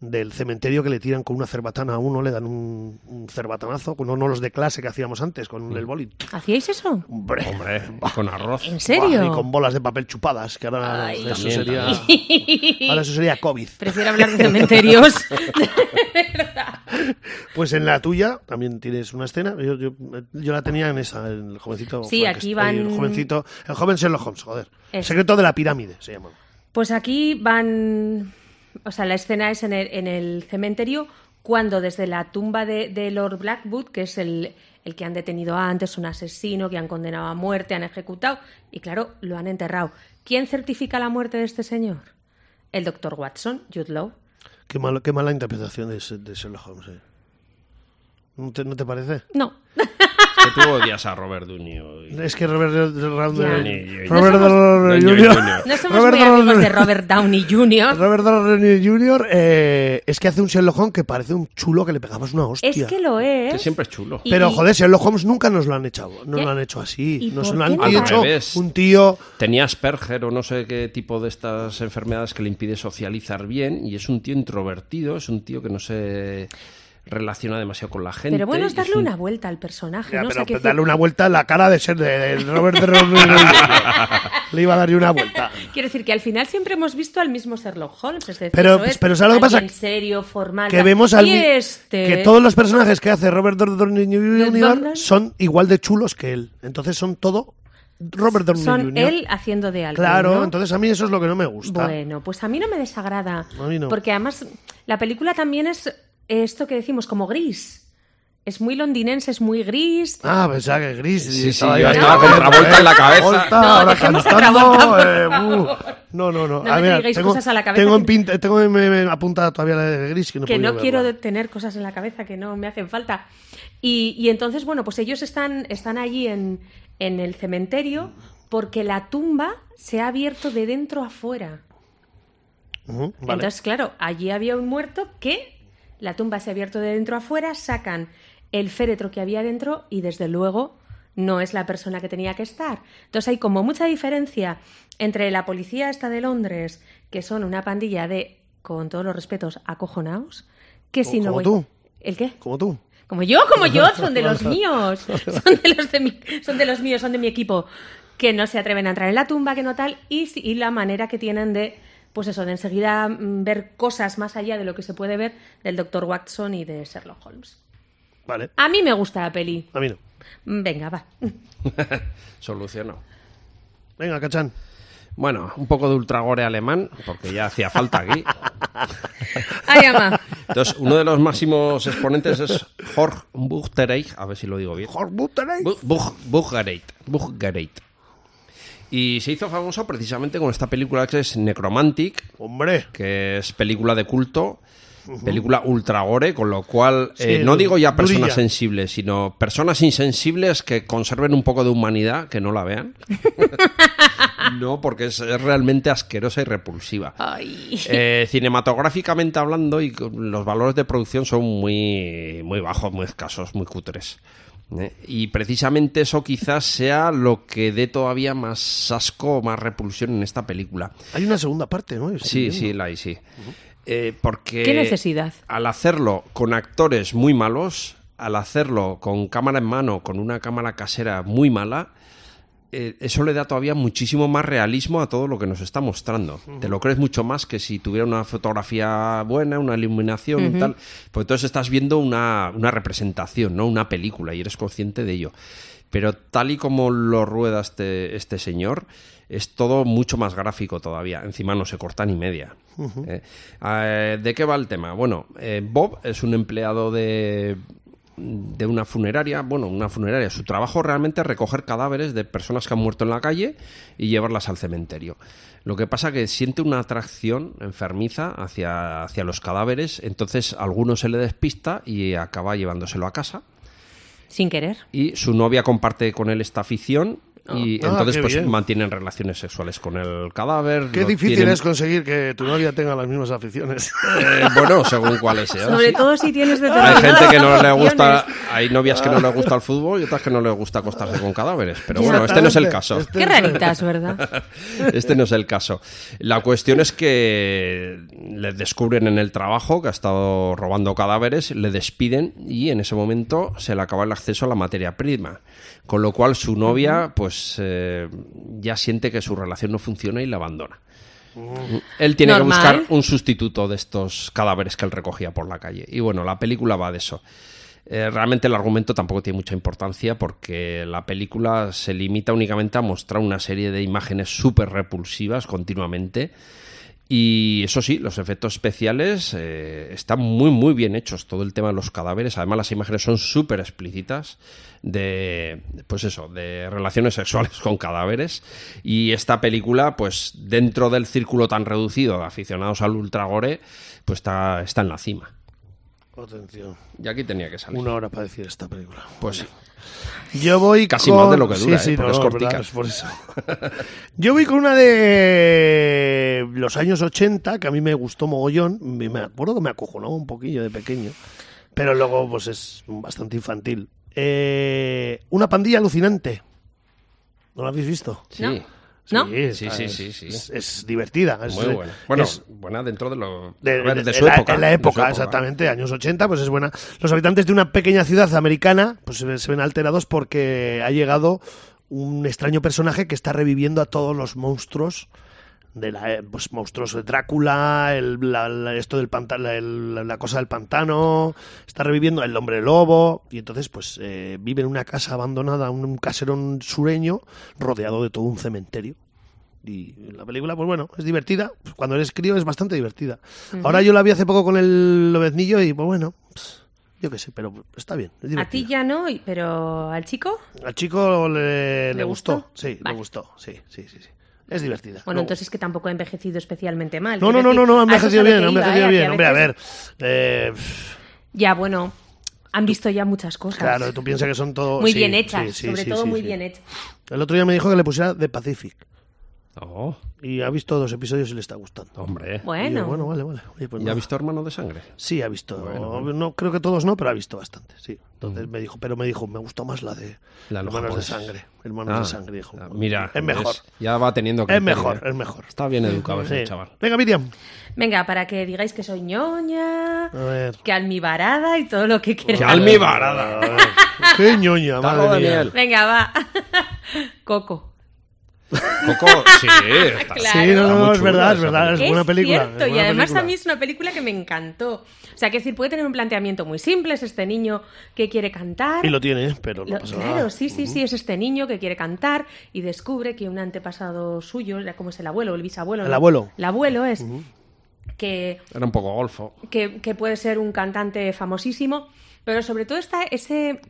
Speaker 1: del cementerio que le tiran con una cerbatana a uno, le dan un, un cerbatanazo, no, no los de clase que hacíamos antes, con
Speaker 2: Mm.
Speaker 1: el boli.
Speaker 3: ¿Hacíais eso?
Speaker 1: Hombre,
Speaker 2: Hombre, con arroz.
Speaker 3: ¿En
Speaker 1: Buah,
Speaker 3: serio?
Speaker 1: Y con bolas de papel chupadas, que ahora,
Speaker 3: Ay.
Speaker 1: eso,
Speaker 2: También,
Speaker 1: sería, ahora eso sería COVID.
Speaker 3: Prefiero hablar de cementerios.
Speaker 1: Pues en la tuya también tienes una escena. Yo, yo- yo la tenía en esa, el jovencito.
Speaker 3: Sí,
Speaker 1: Frankenstein,
Speaker 3: aquí van-
Speaker 1: El jovencito. El joven Sherlock Holmes, joder.
Speaker 3: Eso.
Speaker 1: Secreto de la pirámide se llama.
Speaker 3: Pues aquí van. O sea, la escena es en el, en el cementerio cuando desde la tumba de, de Lord Blackwood, que es el, el que han detenido antes, un asesino que han condenado a muerte, han ejecutado, y claro, lo han enterrado. ¿Quién certifica la muerte de este señor? El doctor Watson, Jude Law.
Speaker 1: Qué, malo- qué mala interpretación de, ese- de Sherlock Holmes. eh. ¿No te, no te parece?
Speaker 3: No.
Speaker 2: Que tú odias a Robert Downey.
Speaker 1: Es que Robert Downey
Speaker 2: Ya.
Speaker 1: Robert
Speaker 3: No somos-
Speaker 1: Downey
Speaker 2: Downey
Speaker 1: Jr.
Speaker 3: No somos
Speaker 1: Robert
Speaker 3: muy amigos
Speaker 1: Downey-
Speaker 3: de Robert Downey Jr.
Speaker 1: Robert Downey Jr. eh, es que hace un Sherlock Holmes que parece un chulo que le pegabas una hostia.
Speaker 3: Es que lo
Speaker 2: Que
Speaker 3: es.
Speaker 2: siempre es chulo.
Speaker 3: Y-
Speaker 1: Pero joder, Sherlock Holmes nunca nos lo han echado, nos
Speaker 3: ¿Qué?
Speaker 1: lo han hecho así,
Speaker 3: ¿Y
Speaker 1: nos
Speaker 3: por
Speaker 1: lo
Speaker 3: qué
Speaker 1: han
Speaker 3: no?
Speaker 2: Al
Speaker 1: hecho
Speaker 2: revés.
Speaker 1: un tío
Speaker 2: Tenía Asperger o no sé qué tipo de estas enfermedades que le impide socializar bien y es un tío introvertido, es un tío que no se relaciona demasiado con la gente.
Speaker 3: Pero bueno, es
Speaker 2: y
Speaker 3: darle
Speaker 2: un-
Speaker 3: una vuelta al personaje.
Speaker 1: Ya,
Speaker 3: ¿no? O sea,
Speaker 1: pero pues
Speaker 3: que
Speaker 1: darle una vuelta a la cara de ser de, de Robert Downey Jr. Le iba a darle una vuelta.
Speaker 3: Quiero decir que al final siempre hemos visto al mismo Sherlock Holmes. Es decir,
Speaker 1: Pero- pues,
Speaker 3: eso es
Speaker 1: pero ¿sabes lo que pasa?
Speaker 3: alguien serio, formal.
Speaker 1: Que
Speaker 3: tal.
Speaker 1: vemos al
Speaker 3: Y
Speaker 1: mi-
Speaker 3: este...
Speaker 1: que todos los personajes que hace Robert Downey Jr.
Speaker 3: Downey?
Speaker 1: son igual de chulos que él. Entonces son todo Robert Downey
Speaker 3: son
Speaker 1: Jr.
Speaker 3: él haciendo de algo.
Speaker 1: claro,
Speaker 3: ¿no?
Speaker 1: entonces a mí eso es lo que no me gusta.
Speaker 3: Bueno, pues a mí no me desagrada.
Speaker 1: A mí no.
Speaker 3: Porque además la película también es esto que decimos como gris. Es muy londinense, es muy gris.
Speaker 1: Ah, pensaba que gris.
Speaker 2: Sí, sí,
Speaker 1: estaba
Speaker 2: yo
Speaker 1: ahí,
Speaker 2: estaba
Speaker 1: ahí,
Speaker 2: con
Speaker 1: eh,
Speaker 2: Travolta en la cabeza.
Speaker 1: Travolta,
Speaker 3: No,
Speaker 1: ahora
Speaker 3: dejemos a
Speaker 1: cantando,
Speaker 3: Travolta, por
Speaker 1: eh, uh. no, no, no.
Speaker 3: No
Speaker 1: Ah,
Speaker 3: me
Speaker 1: mira,
Speaker 3: traigáis
Speaker 1: tengo,
Speaker 3: cosas a la cabeza
Speaker 1: Tengo,
Speaker 3: que-
Speaker 1: en pinta- tengo en- me- me apuntada todavía la de gris. Que no, he
Speaker 3: que
Speaker 1: podido
Speaker 3: no quiero
Speaker 1: verla.
Speaker 3: de- tener cosas en la cabeza que no me hacen falta. Y, y entonces, bueno, pues ellos están, están allí en, en el cementerio porque la tumba se ha abierto de dentro a fuera.
Speaker 1: Ujú, vale.
Speaker 3: Entonces, claro, allí había un muerto que la tumba se ha abierto de dentro a fuera, sacan el féretro que había dentro y desde luego no es la persona que tenía que estar. Entonces hay como mucha diferencia entre la policía esta de Londres, que son una pandilla de, con todos los respetos, acojonados, que si
Speaker 1: Como-
Speaker 3: no
Speaker 1: como
Speaker 3: voy-
Speaker 1: tú.
Speaker 3: ¿El qué?
Speaker 1: Como tú.
Speaker 3: Como yo, como yo, son de los míos. Son de los, de mi- son de los míos, son de mi equipo. Que no se atreven a entrar en la tumba, que no tal. Y, si- y la manera que tienen de, pues eso, de enseguida mm, ver cosas más allá de lo que se puede ver del Dr. Watson y de Sherlock Holmes.
Speaker 1: Vale.
Speaker 3: A mí me gusta la peli.
Speaker 1: A mí no.
Speaker 3: Mm, Venga, va.
Speaker 2: Solucionó.
Speaker 1: Venga, cachán.
Speaker 2: Bueno, un poco de ultragore alemán, porque ya hacía falta aquí.
Speaker 3: Ay, ama.
Speaker 2: Entonces, uno de los máximos exponentes es Jorge Buchterich, a ver si lo digo bien. Bu- Buch- Buchgereit, Buchgereit. Y se hizo famoso precisamente con esta película que es Necromantic,
Speaker 1: Hombre.
Speaker 2: que es película de culto, película ultra gore, con lo cual eh,
Speaker 1: Sí,
Speaker 2: no digo ya personas
Speaker 1: durilla.
Speaker 2: sensibles, sino personas insensibles que conserven un poco de humanidad, que no la vean. no, porque es, es realmente asquerosa y repulsiva.
Speaker 3: Ay.
Speaker 2: Eh, cinematográficamente hablando, y con- los valores de producción son muy, muy bajos, muy escasos, muy cutres. ¿eh? Y precisamente eso quizás sea lo que dé todavía más asco, más repulsión en esta película.
Speaker 1: Hay una segunda parte, ¿no?
Speaker 2: Sí, sí, la hay, sí. Eh, porque
Speaker 3: ¿Qué necesidad?
Speaker 2: Al hacerlo con actores muy malos, al hacerlo con cámara en mano, con una cámara casera muy mala, eh, eso le da todavía muchísimo más realismo a todo lo que nos está mostrando. Te lo crees mucho más que si tuviera una fotografía buena, una iluminación y tal. Pues entonces estás viendo una, una representación, ¿no? Una película y eres consciente de ello. Pero tal y como lo rueda este, este señor, es todo mucho más gráfico todavía. Encima no se corta ni media. Eh, eh, ¿De qué va el tema? Bueno, eh, Bob es un empleado de, de una funeraria, bueno, una funeraria, su trabajo realmente es recoger cadáveres de personas que han muerto en la calle y llevarlas al cementerio. Lo que pasa que siente una atracción enfermiza hacia, hacia los cadáveres, entonces a alguno se le despista y acaba llevándoselo a casa
Speaker 3: Sin querer.
Speaker 2: y su novia comparte con él esta afición y
Speaker 1: Ah,
Speaker 2: entonces
Speaker 1: qué
Speaker 2: pues
Speaker 1: bien.
Speaker 2: mantienen relaciones sexuales con el cadáver.
Speaker 1: Qué
Speaker 2: lo
Speaker 1: difícil
Speaker 2: tienen-
Speaker 1: es conseguir que tu novia tenga las mismas aficiones.
Speaker 2: Eh, bueno, según ¿eh? cuáles sean.
Speaker 3: Sobre todo si tienes
Speaker 2: Hay
Speaker 3: determinadas
Speaker 2: gente que no le
Speaker 3: aficiones.
Speaker 2: gusta, hay novias que no le gusta el fútbol y otras que no le gusta acostarse con cadáveres. Pero bueno, este no es el
Speaker 1: Exactamente.
Speaker 2: caso.
Speaker 1: Este
Speaker 3: Qué
Speaker 1: no es el-
Speaker 3: raritas, ¿verdad?
Speaker 2: Este no es el caso. La cuestión es que le descubren en el trabajo que ha estado robando cadáveres, le despiden y en ese momento se le acaba el acceso a la materia prima. Con lo cual su novia, pues eh, ya siente que su relación no funciona y la abandona. Él tiene
Speaker 3: Normal.
Speaker 2: que buscar un sustituto de estos cadáveres que él recogía por la calle. Y bueno, la película va de eso. Eh, realmente el argumento tampoco tiene mucha importancia porque la película se limita únicamente a mostrar una serie de imágenes súper repulsivas continuamente. Y eso sí, los efectos especiales eh, están muy, muy bien hechos. Todo el tema de los cadáveres. Además, las imágenes son súper explícitas de, pues eso, de relaciones sexuales con cadáveres. Y esta película, pues dentro del círculo tan reducido de aficionados al ultragore, pues está, está en la cima.
Speaker 1: Atención.
Speaker 2: Y aquí tenía que salir.
Speaker 1: Una hora para decir esta película.
Speaker 2: Pues sí.
Speaker 1: Yo voy
Speaker 2: Casi
Speaker 1: con-
Speaker 2: más de lo que dura,
Speaker 1: sí, sí,
Speaker 2: ¿eh? porque
Speaker 1: no,
Speaker 2: es
Speaker 1: no,
Speaker 2: cortica.
Speaker 1: verdad, es por eso. Yo voy con una de los años 80 que a mí me gustó mogollón. Me me acuerdo que me acojonaba un poquillo de pequeño, pero luego pues es bastante infantil. Eh, una pandilla alucinante. ¿No la habéis visto?
Speaker 2: Sí.
Speaker 3: ¿No? ¿No?
Speaker 2: Sí,
Speaker 1: está-
Speaker 2: sí,
Speaker 1: es-
Speaker 2: sí, sí.
Speaker 1: Es, es divertida. es-
Speaker 2: Muy buena. Bueno,
Speaker 1: es-
Speaker 2: buena dentro de lo
Speaker 1: de,
Speaker 2: a ver,
Speaker 1: de-
Speaker 2: de su
Speaker 1: en la-
Speaker 2: época.
Speaker 1: en la
Speaker 2: de su
Speaker 1: época, exactamente, años 80, pues es buena. Los habitantes de una pequeña ciudad americana pues se, se ven alterados porque ha llegado un extraño personaje que está reviviendo a todos los monstruos de la, eh, pues, monstruos de Drácula, el, la, la- esto del panta- la, el- la- la cosa del pantano, está reviviendo el hombre lobo y entonces pues eh, vive en una casa abandonada, un, un caserón sureño rodeado de todo un cementerio. Y la película, pues bueno, es divertida. Cuando eres crío es bastante divertida. Ahora yo la vi hace poco con el lobeznillo y, pues bueno, pues, yo qué sé, pero está bien. es
Speaker 3: A ti
Speaker 1: divertida.
Speaker 3: ya no, y- pero al chico.
Speaker 1: Al chico le, le
Speaker 3: ¿Le
Speaker 1: gustó?
Speaker 3: gustó?
Speaker 1: Sí,
Speaker 3: Vale.
Speaker 1: le gustó. Sí, sí, sí. sí. Es divertida.
Speaker 3: Bueno,
Speaker 1: No-
Speaker 3: entonces es que tampoco ha envejecido especialmente mal.
Speaker 1: No, no, no,
Speaker 3: Quiero
Speaker 1: no,
Speaker 3: decir,
Speaker 1: no, ha
Speaker 3: a eso es a
Speaker 1: envejecido
Speaker 3: lo que
Speaker 1: bien, ha
Speaker 3: iba,
Speaker 1: envejecido
Speaker 3: ¿eh? que
Speaker 1: bien. Hombre, a
Speaker 3: veces-
Speaker 1: ver. eh, pff,
Speaker 3: Ya, bueno, han visto ya muchas cosas.
Speaker 1: claro, tú piensas que son todo.
Speaker 3: Muy
Speaker 1: sí,
Speaker 3: bien hechas,
Speaker 1: sí, sí,
Speaker 3: sobre
Speaker 1: sí,
Speaker 3: todo
Speaker 1: sí,
Speaker 3: muy
Speaker 1: sí.
Speaker 3: bien hechas.
Speaker 1: El otro día me dijo que le pusiera The Pacific.
Speaker 2: Oh,
Speaker 1: Y ha visto dos episodios y le está gustando.
Speaker 2: hombre.
Speaker 1: Y
Speaker 3: Bueno,
Speaker 1: yo, bueno, vale, vale. Oye, pues
Speaker 2: ¿Ya ha
Speaker 1: no.
Speaker 2: visto Hermano de Sangre?
Speaker 1: Sí, ha visto.
Speaker 2: Bueno,
Speaker 1: No creo que todos no, pero ha visto bastante. Sí. Entonces me dijo, pero me dijo, me gustó más la de
Speaker 2: La de
Speaker 1: Hermanos
Speaker 2: los
Speaker 1: de
Speaker 2: japoneses.
Speaker 1: Sangre. Hermanos
Speaker 2: Ah,
Speaker 1: de Sangre, dijo.
Speaker 2: ah, Mira,
Speaker 1: es mejor.
Speaker 2: ves, ya va teniendo que
Speaker 1: Es mejor, es mejor.
Speaker 2: Está bien educado ese
Speaker 1: Sí.
Speaker 2: Pues chaval.
Speaker 1: Venga, Miriam.
Speaker 3: venga, para que digáis que soy ñoña,
Speaker 1: A ver.
Speaker 3: que almibarada y todo lo que
Speaker 2: ¡Qué
Speaker 3: queráis.
Speaker 1: A
Speaker 2: almibarada!
Speaker 1: ver. Qué ñoña,
Speaker 2: Taco
Speaker 1: madre
Speaker 2: de
Speaker 1: mía.
Speaker 2: miel.
Speaker 3: Venga, va. Coco.
Speaker 2: Coco, sí, está-
Speaker 3: Claro.
Speaker 1: Sí, no,
Speaker 2: Está
Speaker 1: no,
Speaker 2: muy
Speaker 1: no, es
Speaker 2: chula
Speaker 1: verdad,
Speaker 2: esa
Speaker 1: es verdad. Es
Speaker 2: película.
Speaker 1: buena película. es
Speaker 3: Cierto, y
Speaker 1: buena
Speaker 3: además
Speaker 1: película.
Speaker 3: a mí es una película que me encantó. O sea, que decir, puede tener un planteamiento muy simple, es este niño que quiere cantar.
Speaker 1: Y lo tiene, pero Pues no
Speaker 3: Lo-
Speaker 1: pasa nada.
Speaker 3: claro, sí, sí, sí, es este niño que quiere cantar y descubre que un antepasado suyo, era como es el abuelo, el bisabuelo.
Speaker 1: El
Speaker 3: ¿no?
Speaker 1: abuelo.
Speaker 3: El abuelo es que
Speaker 2: Era un poco golfo.
Speaker 3: que, que puede ser un cantante famosísimo, pero sobre todo está ese,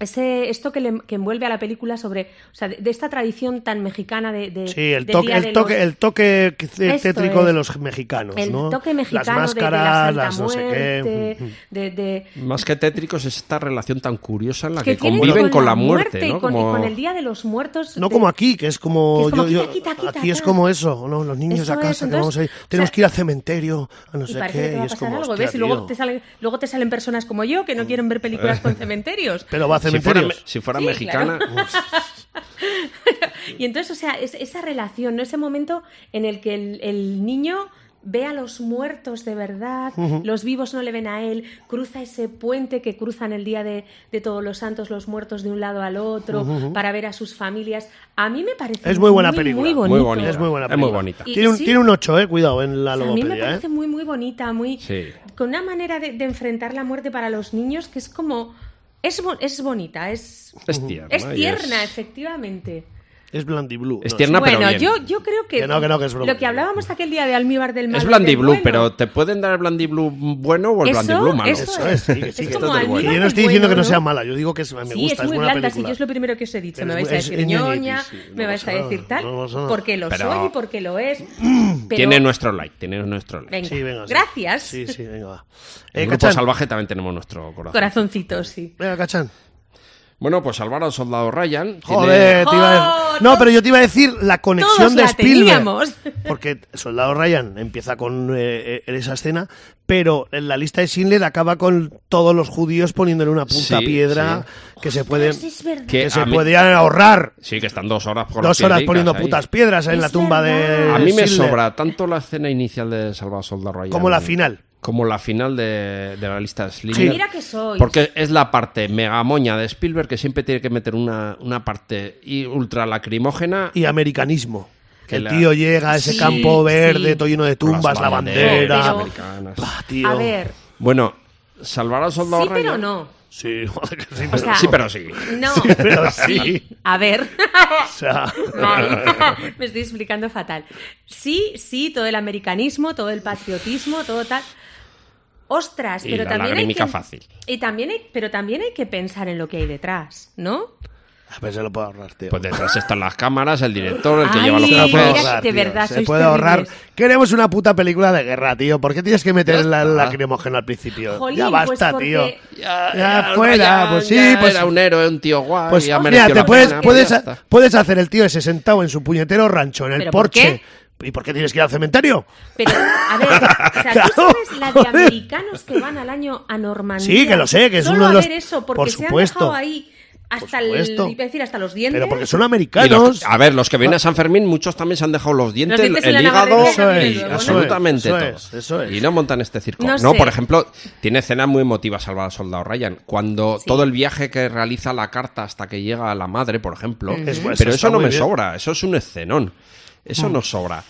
Speaker 3: ese esto que, le- que envuelve a la película sobre, o sea, de, de esta tradición tan mexicana de, de-
Speaker 1: Sí, el
Speaker 3: del
Speaker 1: toque,
Speaker 3: Día de
Speaker 1: el toque,
Speaker 3: los-
Speaker 1: el toque c-
Speaker 3: Esto
Speaker 1: tétrico
Speaker 3: es.
Speaker 1: de los mexicanos,
Speaker 3: el
Speaker 1: ¿no?
Speaker 3: toque mexicano
Speaker 1: las
Speaker 3: de-
Speaker 1: máscaras,
Speaker 3: de, la
Speaker 1: las
Speaker 3: Santa
Speaker 1: no sé
Speaker 3: Muerte,
Speaker 1: qué.
Speaker 3: de, de-
Speaker 2: Más que tétricos es esta relación tan curiosa en la Ah, que,
Speaker 3: tiene
Speaker 2: conviven con la muerte,
Speaker 3: y,
Speaker 2: ¿no?
Speaker 3: con, y
Speaker 2: Como-
Speaker 3: con el Día de los Muertos.
Speaker 1: No
Speaker 3: de-
Speaker 1: como aquí, que es como.
Speaker 3: Que es como,
Speaker 1: yo- yo-
Speaker 3: quita, quita, quita,
Speaker 1: aquí es
Speaker 3: acá.
Speaker 1: como eso, ¿no? Los niños
Speaker 3: Eso
Speaker 1: a casa
Speaker 3: es,
Speaker 1: que vamos
Speaker 3: entonces,
Speaker 1: a ir.
Speaker 3: o sea,
Speaker 1: Tenemos que ir al cementerio, a no
Speaker 3: Y
Speaker 1: sé
Speaker 3: parece
Speaker 1: qué.
Speaker 3: que te
Speaker 1: y
Speaker 3: va a
Speaker 1: es
Speaker 3: pasar
Speaker 1: como,
Speaker 3: algo,
Speaker 1: hostia,
Speaker 3: ¿ves? Y luego
Speaker 1: tío.
Speaker 3: te, salen, luego te salen personas como yo que no quieren ver películas con cementerios.
Speaker 1: Pero va a
Speaker 2: Si fuera,
Speaker 1: cementerio.
Speaker 2: me- si fuera
Speaker 3: Sí,
Speaker 2: mexicana,
Speaker 3: Y entonces, o sea, es, esa relación, ¿no? Ese momento en el que el, el niño ve a los muertos de verdad, los vivos no le ven a él, cruza ese puente que cruzan el día de, de todos los santos los muertos de un lado al otro para ver a sus familias. A mí me parece
Speaker 1: Es muy buena película.
Speaker 3: Muy
Speaker 1: Muy
Speaker 3: bonito.
Speaker 2: muy bonita.
Speaker 1: Es muy buena
Speaker 2: Es muy
Speaker 1: película.
Speaker 2: bonita.
Speaker 3: Y-
Speaker 1: Tiene un,
Speaker 3: sí.
Speaker 1: tiene un 8, eh, cuidado, en la
Speaker 3: O sea, a mí me
Speaker 1: logopedia,
Speaker 3: parece
Speaker 1: eh.
Speaker 3: muy muy bonita, muy
Speaker 2: Sí.
Speaker 3: con una manera de, de enfrentar la muerte para los niños que es como es, bo- es bonita, es
Speaker 2: es tierna.
Speaker 3: es
Speaker 2: y
Speaker 3: tierna, efectivamente.
Speaker 1: Es blandiblue.
Speaker 2: Es
Speaker 1: no,
Speaker 2: tierna, pero
Speaker 3: bueno,
Speaker 2: bien.
Speaker 3: yo, yo creo que,
Speaker 1: Que no, que no, que es broma.
Speaker 3: lo que hablábamos aquel día de almíbar del malo
Speaker 2: Es
Speaker 3: y
Speaker 2: Blandy
Speaker 3: del
Speaker 2: Blue,
Speaker 3: bueno.
Speaker 2: pero te pueden dar el Blandy Blue bueno o el
Speaker 3: Eso,
Speaker 2: Blandy Blue malo.
Speaker 3: eso
Speaker 1: Eso es, sí, que
Speaker 3: Es
Speaker 1: sí, que esto
Speaker 3: como
Speaker 1: es del
Speaker 2: al
Speaker 1: bueno.
Speaker 2: nivel
Speaker 1: Y yo
Speaker 3: del
Speaker 1: no estoy diciendo
Speaker 3: bueno,
Speaker 1: que no
Speaker 3: ¿no?
Speaker 1: sea mala, yo digo que es- me
Speaker 3: sí,
Speaker 1: gusta,
Speaker 3: es muy
Speaker 1: buena
Speaker 3: blanda, sí,
Speaker 1: película.
Speaker 3: yo es lo primero que os he dicho.
Speaker 1: Es
Speaker 3: me
Speaker 1: muy-
Speaker 3: vais a
Speaker 1: es-
Speaker 3: decir
Speaker 1: es ñoñitis,
Speaker 3: ñoña,
Speaker 1: sí, no
Speaker 3: me vais
Speaker 1: pasa
Speaker 3: a decir
Speaker 1: nada,
Speaker 3: tal,
Speaker 1: no pasa nada.
Speaker 3: porque lo
Speaker 2: Pero-
Speaker 3: soy y porque lo es. Pero,
Speaker 2: Tiene nuestro like, tiene nuestro like.
Speaker 3: Venga,
Speaker 1: Sí, venga, sí.
Speaker 3: gracias.
Speaker 1: Sí, sí, venga, va.
Speaker 2: En
Speaker 1: Eh,
Speaker 2: Grupo
Speaker 1: Cachán.
Speaker 2: Salvaje también tenemos nuestro corazón.
Speaker 3: Corazoncito, sí.
Speaker 1: Venga, Cachán.
Speaker 2: Bueno, pues salvar al soldado Ryan. tiene-
Speaker 1: Joder, te iba a-
Speaker 3: ¡Joder!
Speaker 1: No, pero yo te iba a decir la conexión
Speaker 3: Todos
Speaker 1: de
Speaker 3: la
Speaker 1: Spielberg.
Speaker 3: teníamos.
Speaker 1: Porque Soldado Ryan empieza con eh, eh, esa escena, pero en la lista de Schindler acaba con todos los judíos poniéndole una punta
Speaker 2: Sí,
Speaker 1: piedra que se pueden
Speaker 3: Pues Es verdad.
Speaker 2: Que
Speaker 1: que se
Speaker 2: a mí-
Speaker 1: podían ahorrar
Speaker 2: Sí, que están dos horas por
Speaker 1: dos horas
Speaker 2: piedricas
Speaker 1: poniendo
Speaker 2: ahí.
Speaker 1: putas piedras en
Speaker 3: Es
Speaker 1: la tumba de
Speaker 3: verdad.
Speaker 2: A mí me
Speaker 1: Schindler.
Speaker 2: sobra tanto la escena inicial de Salvar al Soldado Ryan.
Speaker 1: Como la final.
Speaker 2: Como la final de, de la lista de Schindler.
Speaker 1: Sí.
Speaker 3: Mira que sois.
Speaker 2: Porque es la parte megamoña de Spielberg que siempre tiene que meter una, una parte y ultra lacrimógena.
Speaker 1: Y americanismo.
Speaker 2: Que
Speaker 1: el
Speaker 2: la-
Speaker 1: tío llega a ese
Speaker 3: Sí,
Speaker 1: campo verde,
Speaker 3: sí.
Speaker 1: todo lleno de
Speaker 2: Con las
Speaker 1: tumbas, la
Speaker 2: banderas
Speaker 1: bandera.
Speaker 2: americanas.
Speaker 1: Bah, tío.
Speaker 3: A ver,
Speaker 2: Bueno, Salvar al Soldado
Speaker 3: sí
Speaker 2: Ryan.
Speaker 3: pero no.
Speaker 1: Sí, joder, que sí,
Speaker 3: O sea,
Speaker 2: Sí, pero sí.
Speaker 3: No.
Speaker 1: pero sí.
Speaker 3: A ver.
Speaker 1: O sea,
Speaker 3: Ay, Me estoy explicando fatal. Sí, sí, todo el americanismo, todo el patriotismo, todo tal. Ostras,
Speaker 2: Y
Speaker 3: pero
Speaker 2: la
Speaker 3: también hay
Speaker 2: lagrimica
Speaker 3: que
Speaker 2: fácil.
Speaker 3: y también hay, pero también hay que pensar en lo que hay detrás, ¿no?
Speaker 1: a ver, se lo puedo ahorrar, tío.
Speaker 2: Pues detrás están las cámaras, el director, el que
Speaker 3: Ay,
Speaker 2: lleva los
Speaker 1: Se lo puede
Speaker 3: mira,
Speaker 2: cafés.
Speaker 1: ahorrar,
Speaker 3: de
Speaker 1: tío,
Speaker 3: verdad,
Speaker 1: se
Speaker 3: sois
Speaker 1: puede ahorrar.
Speaker 3: terribles.
Speaker 1: Queremos una puta película de guerra, tío. ¿Por qué tienes que meter la lacrimógena al principio?
Speaker 3: Jolín,
Speaker 1: ya
Speaker 3: pues
Speaker 1: basta,
Speaker 3: porque-
Speaker 1: tío.
Speaker 2: Ya,
Speaker 1: Ya
Speaker 2: ya,
Speaker 1: fuera,
Speaker 2: ya,
Speaker 1: pues sí,
Speaker 2: ya
Speaker 1: pues-
Speaker 2: Era un héroe, un tío guay.
Speaker 1: Pues
Speaker 2: ya
Speaker 1: mira,
Speaker 2: mereció
Speaker 1: te
Speaker 2: la
Speaker 1: puedes,
Speaker 2: pena,
Speaker 1: puedes,
Speaker 2: pues ya está.
Speaker 1: puedes hacer el tío ese sentado en su puñetero rancho, en el
Speaker 3: ¿Pero por
Speaker 1: porche. ¿Y por qué tienes que ir al cementerio?
Speaker 3: Pero, a ver, o sea,
Speaker 1: Claro,
Speaker 3: ¿tú sabes la de
Speaker 1: joder.
Speaker 3: americanos que van al año a Normandía?
Speaker 1: Sí, que lo sé, que es
Speaker 3: Solo
Speaker 1: uno de
Speaker 3: a
Speaker 1: los-
Speaker 3: ver eso, porque
Speaker 1: por supuesto.
Speaker 3: se han dejado ahí hasta el,
Speaker 1: supuesto.
Speaker 3: iba a decir, hasta los dientes.
Speaker 1: Pero porque son
Speaker 2: Y los-
Speaker 1: americanos.
Speaker 2: a ver, los que vienen a San Fermín, muchos también se han dejado los dientes,
Speaker 3: Los dientes
Speaker 2: el
Speaker 3: en la
Speaker 2: hígado,
Speaker 3: navarrera
Speaker 1: Eso
Speaker 3: también
Speaker 1: es,
Speaker 2: y
Speaker 1: luego, ¿no?
Speaker 2: absolutamente
Speaker 1: Eso
Speaker 2: todo.
Speaker 1: es, eso es.
Speaker 2: Y no montan este circo. No,
Speaker 3: No sé.
Speaker 2: por ejemplo, tiene escenas muy emotivas salvar al soldado Ryan. Cuando todo el viaje que realiza la carta hasta que llega a la madre, por ejemplo.
Speaker 1: Es- eso
Speaker 2: pero
Speaker 1: está
Speaker 2: eso no
Speaker 1: muy
Speaker 2: me
Speaker 1: bien.
Speaker 2: sobra, eso es un escenón. Eso
Speaker 3: Mm.
Speaker 2: no sobra.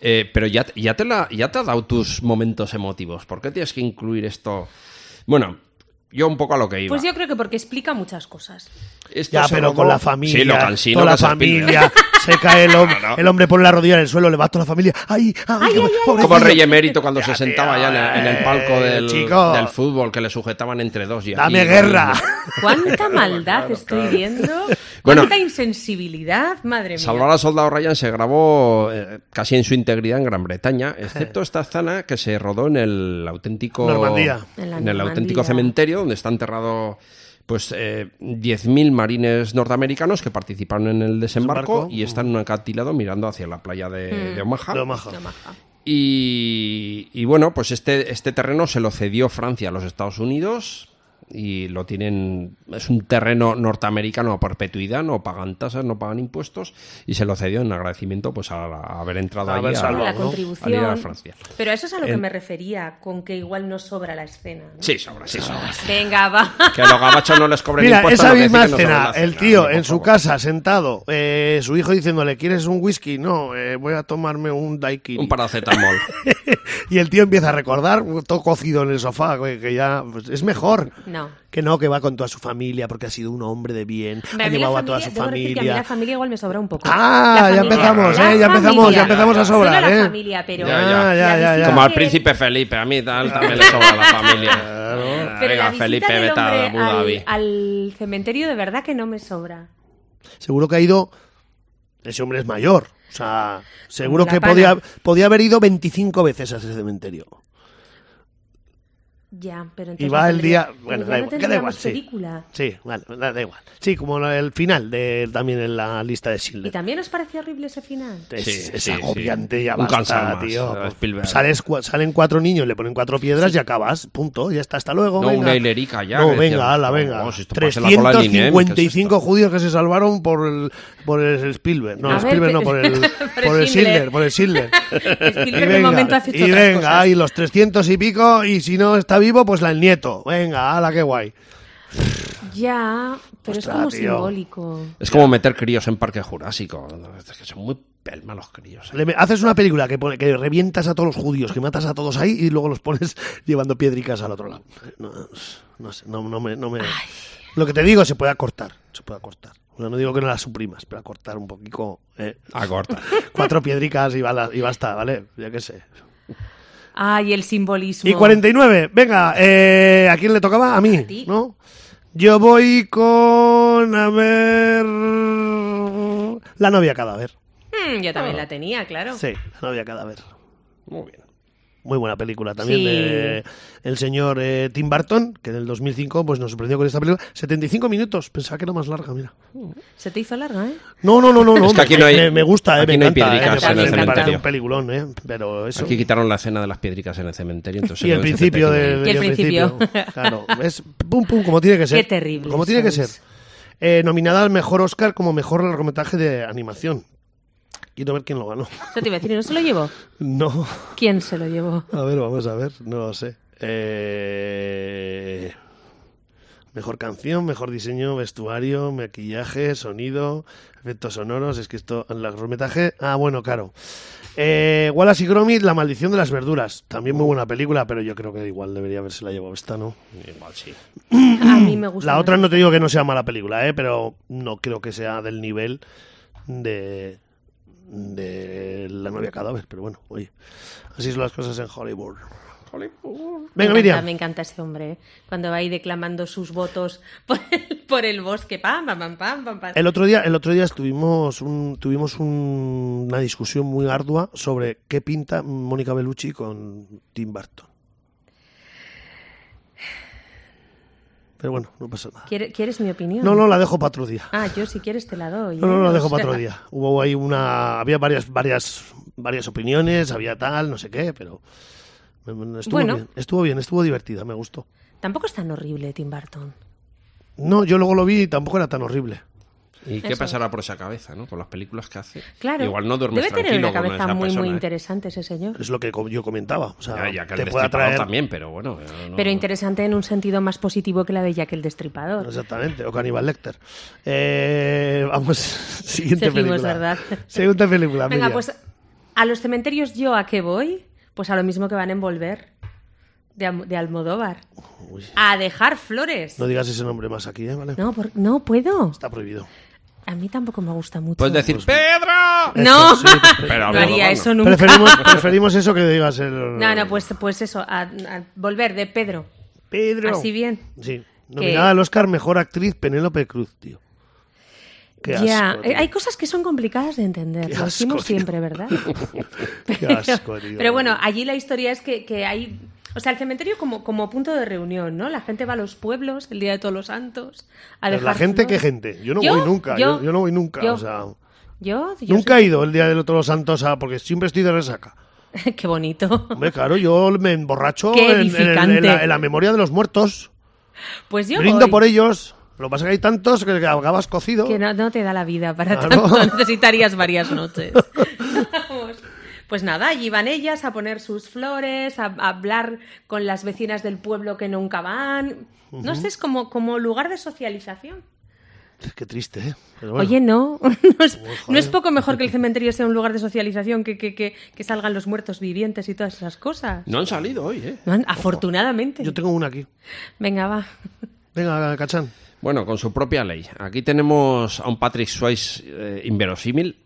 Speaker 2: Eh, pero ya, ya, te la, ya te ha dado tus momentos emotivos. ¿Por qué tienes que incluir esto? Bueno, yo un poco a lo que iba.
Speaker 3: Pues yo creo que porque explica muchas cosas.
Speaker 2: Esto
Speaker 1: Ya,
Speaker 2: se
Speaker 1: pero
Speaker 2: robó-
Speaker 1: con la familia.
Speaker 2: Sí, lo cansino
Speaker 1: toda la
Speaker 2: que se pide.
Speaker 1: familia. se cae el, hom-
Speaker 2: Claro.
Speaker 1: el hombre, pone la rodilla en el suelo, le va toda la familia. ¡Ay, ay,
Speaker 3: Ay,
Speaker 1: qué-
Speaker 3: ay, ay,
Speaker 1: pobrecillo!
Speaker 2: Como el rey emérito cuando
Speaker 1: Ya,
Speaker 2: se sentaba
Speaker 1: tío,
Speaker 2: ya en el, en el palco
Speaker 1: eh,
Speaker 2: del,
Speaker 1: chico.
Speaker 2: del fútbol que le sujetaban entre dos. Y aquí,
Speaker 1: ¡Dame guerra!
Speaker 3: ¿Cuánta maldad estoy viendo?
Speaker 2: Bueno.
Speaker 3: ¿Cuánta insensibilidad? Madre mía.
Speaker 2: Salvar al soldado Ryan se grabó eh, casi en su integridad en Gran Bretaña, excepto esta zona que se rodó en el auténtico
Speaker 1: Normandía.
Speaker 3: En la
Speaker 2: en el auténtico
Speaker 3: Normandía.
Speaker 2: cementerio donde está enterrado pues eh, 10.000 marines norteamericanos que participaron en el desembarco
Speaker 1: Desembarco.
Speaker 2: y están en un acantilado mirando hacia la playa de,
Speaker 3: Mm.
Speaker 2: de Omaha.
Speaker 1: Lo majo.
Speaker 3: No, maja.
Speaker 2: Y, y bueno, pues este, este terreno se lo cedió Francia a los Estados Unidos y lo tienen. Es un terreno norteamericano a perpetuidad, no pagan tasas, no pagan impuestos y se lo cedió en agradecimiento pues a, a haber entrado
Speaker 1: A
Speaker 2: ahí
Speaker 1: haber
Speaker 2: a-
Speaker 1: salvado, ¿no?
Speaker 3: la
Speaker 2: a liderar a
Speaker 3: contribución.
Speaker 2: Francia.
Speaker 3: Pero eso es a lo que
Speaker 2: En-
Speaker 3: me refería, con que igual no sobra la escena. ¿no?
Speaker 2: Sí, sobra, sí, sobra.
Speaker 3: Venga, va.
Speaker 2: Que a los gabachos no les cobren
Speaker 1: Mira,
Speaker 2: impuestos.
Speaker 1: esa
Speaker 2: no quiere
Speaker 1: misma
Speaker 2: decir que no
Speaker 1: escena,
Speaker 2: sobra la
Speaker 1: el
Speaker 2: cena,
Speaker 1: tío
Speaker 2: por
Speaker 1: en su
Speaker 2: favor.
Speaker 1: casa sentado, eh, su hijo diciéndole, ¿quieres un whisky? No, eh, voy a tomarme un daiquiri.
Speaker 2: Un paracetamol.
Speaker 1: y el tío empieza a recordar, todo cocido en el sofá, que, que ya pues, es mejor.
Speaker 3: No.
Speaker 1: Que no, que va con toda su familia, porque ha sido un hombre de bien,
Speaker 3: Hombre,
Speaker 1: ha
Speaker 3: a mí la
Speaker 1: llevado a toda su
Speaker 3: familia- debo decir que a mí
Speaker 1: familia.
Speaker 3: la familia igual me sobra un poco.
Speaker 1: Ah,
Speaker 3: La
Speaker 1: ya
Speaker 3: familia-
Speaker 1: empezamos,
Speaker 3: la
Speaker 1: ¿eh? Ya empezamos, ya
Speaker 3: familia.
Speaker 1: empezamos a sobrar,
Speaker 3: Solo
Speaker 1: ¿eh?
Speaker 3: la familia, pero...
Speaker 2: Ya, ya.
Speaker 1: Ya,
Speaker 3: la
Speaker 1: ya, ya.
Speaker 3: visita
Speaker 2: Como al
Speaker 3: que-
Speaker 2: príncipe Felipe, a mí tal, también le sobra la familia.
Speaker 3: Pero la
Speaker 2: Venga,
Speaker 3: visita
Speaker 2: Felipe,
Speaker 3: del
Speaker 2: vete a Abu
Speaker 3: hombre al-
Speaker 2: Dhabi.
Speaker 3: al cementerio de verdad que no me sobra.
Speaker 1: Seguro que ha ido. Ese hombre es mayor. O sea, seguro
Speaker 3: la
Speaker 1: que
Speaker 3: pana.
Speaker 1: podía, podía haber ido 25 veces a ese cementerio.
Speaker 3: Ya, pero entonces
Speaker 1: Y va el
Speaker 3: tendría-
Speaker 1: día. Bueno,
Speaker 3: ya
Speaker 1: da
Speaker 3: no
Speaker 1: igual. que da igual
Speaker 3: tendríamos
Speaker 1: sí.
Speaker 3: película.
Speaker 1: Sí, vale, da da igual. Sí, como el final de, también en la lista de
Speaker 3: ¿Y
Speaker 1: Schindler.
Speaker 3: también os pareció horrible ese final?
Speaker 1: Es,
Speaker 2: Sí,
Speaker 1: es
Speaker 2: sí,
Speaker 1: agobiante,
Speaker 2: sí.
Speaker 1: ya
Speaker 2: Un cansado
Speaker 1: basta,
Speaker 2: más,
Speaker 1: tío.
Speaker 2: a Spielberg.
Speaker 1: Sales cua- salen cuatro niños, le ponen cuatro piedras y acabas, punto. Ya está, hasta luego.
Speaker 2: No,
Speaker 1: venga.
Speaker 2: una hilerica ya,
Speaker 1: No,
Speaker 2: que decían,
Speaker 1: venga, ala, venga.
Speaker 2: "Oh, si esto pasa la cola del INEM, ¿qué es
Speaker 1: 355
Speaker 2: esto?"
Speaker 1: judíos que se salvaron por el, por el Spielberg. No,
Speaker 3: A ver,
Speaker 1: Spielberg no,
Speaker 3: pe-
Speaker 1: por el,
Speaker 3: por
Speaker 1: por el Schindler.
Speaker 3: el Schindler.
Speaker 1: Por el Schindler.
Speaker 3: Spielberg
Speaker 1: Y
Speaker 3: de momento
Speaker 1: venga,
Speaker 3: hace
Speaker 1: y,
Speaker 3: otras
Speaker 1: venga,
Speaker 3: cosas.
Speaker 1: y los 300 y pico, y si no está vivo, pues la el nieto. Venga, ala, qué guay.
Speaker 3: Ya,
Speaker 1: Ostras,
Speaker 3: pero es como
Speaker 1: tío.
Speaker 3: simbólico.
Speaker 2: Es como meter críos en parque jurásico. Es que son muy pelma los críos. ¿eh?
Speaker 1: Le me- haces una película que, pone- que revientas a todos los judíos, que matas a todos ahí y luego los pones llevando piedricas al otro lado. No, no sé, no, no me... no me- Lo que te digo, se puede acortar, se puede acortar. O sea, no digo que no las suprimas, pero acortar un poquito... eh,
Speaker 2: A corta.
Speaker 1: cuatro piedricas y, bala- y basta, ¿vale? Ya que sé.
Speaker 3: Ay, el simbolismo.
Speaker 1: Y 49, venga, eh, ¿a quién le tocaba? A mí,
Speaker 3: ti.
Speaker 1: ¿no? Yo voy con... A ver... La novia cadáver. Oh.
Speaker 3: Mm, yo también la tenía, claro.
Speaker 1: Sí, la novia cadáver.
Speaker 2: Muy bien.
Speaker 1: Muy buena película también
Speaker 3: Sí.
Speaker 1: de el señor eh, Tim Burton, que en el 2005 pues nos sorprendió con esta película. 75 minutos, pensaba que era más larga, mira.
Speaker 3: Se te hizo larga, ¿eh?
Speaker 1: No, no, no, no. no,
Speaker 2: que aquí
Speaker 1: me,
Speaker 2: no hay-
Speaker 1: me- me gusta, eh, me
Speaker 2: aquí no hay
Speaker 1: encanta. eh,
Speaker 2: piedricas
Speaker 1: me
Speaker 3: en
Speaker 1: parece-
Speaker 3: el
Speaker 1: me parece
Speaker 3: cementerio.
Speaker 1: un peliculón, eh, pero eso.
Speaker 2: Aquí quitaron la escena de las piedricas en el cementerio. entonces
Speaker 1: Y el
Speaker 2: lo del
Speaker 1: principio
Speaker 2: 75.
Speaker 1: de,
Speaker 3: Y el principio.
Speaker 1: Claro, es pum pum como tiene que ser.
Speaker 3: Qué terrible
Speaker 1: Como tiene que
Speaker 3: sois.
Speaker 1: ser. Eh, nominada al mejor Oscar como mejor largometraje de animación. Quiero ver quién lo ganó.
Speaker 3: Eso te iba a decir, ¿y ¿no se lo llevó?
Speaker 1: No,
Speaker 3: ¿Quién se lo llevó?
Speaker 1: a ver, vamos a ver, no lo sé. Eh, Mejor canción, mejor diseño, vestuario, maquillaje, sonido, efectos sonoros. Es que esto, el largometraje. Ah, bueno, claro. Eh, Wallace y Gromit, La maldición de las verduras. También muy buena película, pero yo creo que igual debería haberse la llevado esta, ¿no?
Speaker 2: Igual sí.
Speaker 3: A mí me gusta.
Speaker 1: La
Speaker 3: más.
Speaker 1: otra Pues no te digo que no sea mala película, ¿eh? pero no creo que sea del nivel de, de La novia cadáver. Pero bueno, oye, así son las cosas en Hollywood. Venga,
Speaker 3: me encanta,
Speaker 1: Miriam.
Speaker 3: me encanta ese hombre, ¿eh? cuando va ahí declamando sus votos por el, por el bosque. Pam, pam, pam, pam, pam, pam.
Speaker 1: El otro día, el otro día estuvimos un- tuvimos un- una discusión muy ardua sobre qué pinta Mónica Bellucci con Tim Burton. Pero bueno, no pasa nada.
Speaker 3: ¿Quiere- ¿Quieres mi opinión?
Speaker 1: No, no, la dejo para otro día.
Speaker 3: Ah, yo si quieres te la doy.
Speaker 1: No,
Speaker 3: ¿eh?
Speaker 1: no, lo
Speaker 3: O
Speaker 1: dejo para
Speaker 3: sea,
Speaker 1: otro día. Hubo ahí una. Había varias, varias, varias opiniones, había tal, no sé qué, pero. me- me- Estuvo,
Speaker 3: Bueno.
Speaker 1: bien, estuvo bien, estuvo divertida, me gustó.
Speaker 3: Tampoco es tan horrible Tim Burton.
Speaker 1: No, yo luego lo vi y tampoco era tan horrible.
Speaker 2: ¿Y qué
Speaker 3: Eso.
Speaker 2: pasará por esa cabeza, no? Con las películas que hace.
Speaker 3: Claro.
Speaker 2: Igual no duermes
Speaker 3: Debe tener
Speaker 2: tranquilo
Speaker 3: una cabeza
Speaker 2: con esa
Speaker 3: muy,
Speaker 2: persona,
Speaker 3: muy
Speaker 2: ¿eh?
Speaker 3: interesante ese señor.
Speaker 1: Es lo que co- yo comentaba. O sea,
Speaker 2: Ya, ya que el
Speaker 1: te puede
Speaker 2: destripador
Speaker 1: atraer.
Speaker 2: también, pero bueno. ya no-
Speaker 3: Pero interesante en un sentido más positivo que la de Jack el Destripador.
Speaker 1: Exactamente, o Cannibal Lecter. Eh, vamos, siguiente
Speaker 3: Seguimos,
Speaker 1: película.
Speaker 3: ¿verdad?
Speaker 1: Siguiente película.
Speaker 3: Venga,
Speaker 1: Miriam.
Speaker 3: pues a los cementerios yo a qué voy, pues a lo mismo que van a envolver de, Am- de Almodóvar.
Speaker 1: Uy.
Speaker 3: A dejar flores.
Speaker 1: No digas ese nombre más aquí, ¿eh? ¿Vale?
Speaker 3: No, por- no puedo.
Speaker 1: Está prohibido.
Speaker 3: A mí tampoco me gusta mucho.
Speaker 2: Puedes
Speaker 1: Pues
Speaker 2: decir, ¡Pedro!
Speaker 3: No,
Speaker 1: Eso, sí,
Speaker 2: Pero
Speaker 3: no
Speaker 2: Almodóvar no.
Speaker 3: haría eso nunca.
Speaker 1: Preferimos, preferimos eso que digas el.
Speaker 3: No, no, pues, pues eso, a, a volver de Pedro.
Speaker 1: Pedro.
Speaker 3: Así bien.
Speaker 1: Sí. Nominada al Oscar Mejor Actriz Penélope Cruz, tío. Qué asco.
Speaker 3: ya,
Speaker 1: tío.
Speaker 3: eh, hay cosas que son complicadas de entender,
Speaker 1: Qué
Speaker 3: lo
Speaker 1: asco,
Speaker 3: decimos
Speaker 1: tío.
Speaker 3: siempre, ¿verdad?
Speaker 1: Qué asco, tío.
Speaker 3: Pero bueno, allí la historia es que, que hay. O sea, el cementerio como, como punto de reunión, ¿no? La gente va a los pueblos el día de todos los santos. A
Speaker 1: Pero
Speaker 3: dejar
Speaker 1: la gente, ¿qué
Speaker 3: flores.
Speaker 1: gente? Yo no voy nunca. Yo, yo no voy nunca.
Speaker 3: yo-
Speaker 1: o sea,
Speaker 3: yo- yo
Speaker 1: nunca he ido el día de los Todos Santos a- porque siempre estoy de resaca.
Speaker 3: soy- Qué bonito.
Speaker 1: Hombre, claro, yo me emborracho
Speaker 3: Qué
Speaker 1: en, en- en
Speaker 3: edificante.
Speaker 1: la, en la memoria de los muertos.
Speaker 3: Pues yo.
Speaker 1: Brindo
Speaker 3: voy.
Speaker 1: por ellos. Lo que pasa es que hay tantos que acabas cocido.
Speaker 3: Que no, no te da la vida para
Speaker 1: Ah,
Speaker 3: tanto,
Speaker 1: ¿no?
Speaker 3: necesitarías varias noches. Vamos. Pues nada, allí van ellas a poner sus flores, a, a hablar con las vecinas del pueblo que nunca van. No sé, es como, como lugar de socialización.
Speaker 1: Qué triste, ¿eh? Pero bueno. Pues,
Speaker 3: Oye, no, no es, no es
Speaker 1: joder.
Speaker 3: poco mejor que el cementerio sea un lugar de socialización, que, que, que, que salgan los muertos vivientes y todas esas cosas.
Speaker 2: No han salido hoy, ¿eh?
Speaker 3: No han- afortunadamente.
Speaker 1: Yo tengo una aquí.
Speaker 3: Venga, va.
Speaker 1: Venga, Cachán.
Speaker 2: Bueno, con su propia ley. Aquí tenemos a un Patrick Swayze eh, inverosímil,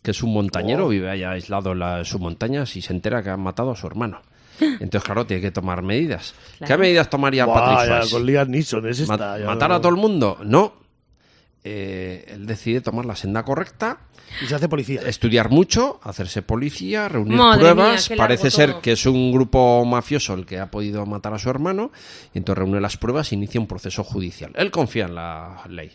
Speaker 2: que es un montañero, vive allá aislado en la- en sus montañas y se entera que han matado a su hermano. Entonces, claro, tiene que tomar medidas. ¿Qué
Speaker 3: Claro.
Speaker 2: medidas tomaría Patrick
Speaker 1: Vaya,
Speaker 2: Swayze?
Speaker 1: con Liam Neeson es
Speaker 2: Ma-
Speaker 1: esta. ya
Speaker 2: ¿Matar
Speaker 1: no-
Speaker 2: a todo el mundo? No. Eh, él decide tomar la senda correcta,
Speaker 1: Y se hace policía.
Speaker 2: estudiar mucho, hacerse policía, reunir
Speaker 3: Madre
Speaker 2: pruebas.
Speaker 3: mía, qué largo
Speaker 2: Parece ser
Speaker 3: todo.
Speaker 2: que es un grupo mafioso el que ha podido matar a su hermano. Y entonces reúne las pruebas e inicia un proceso judicial. Él confía en la ley.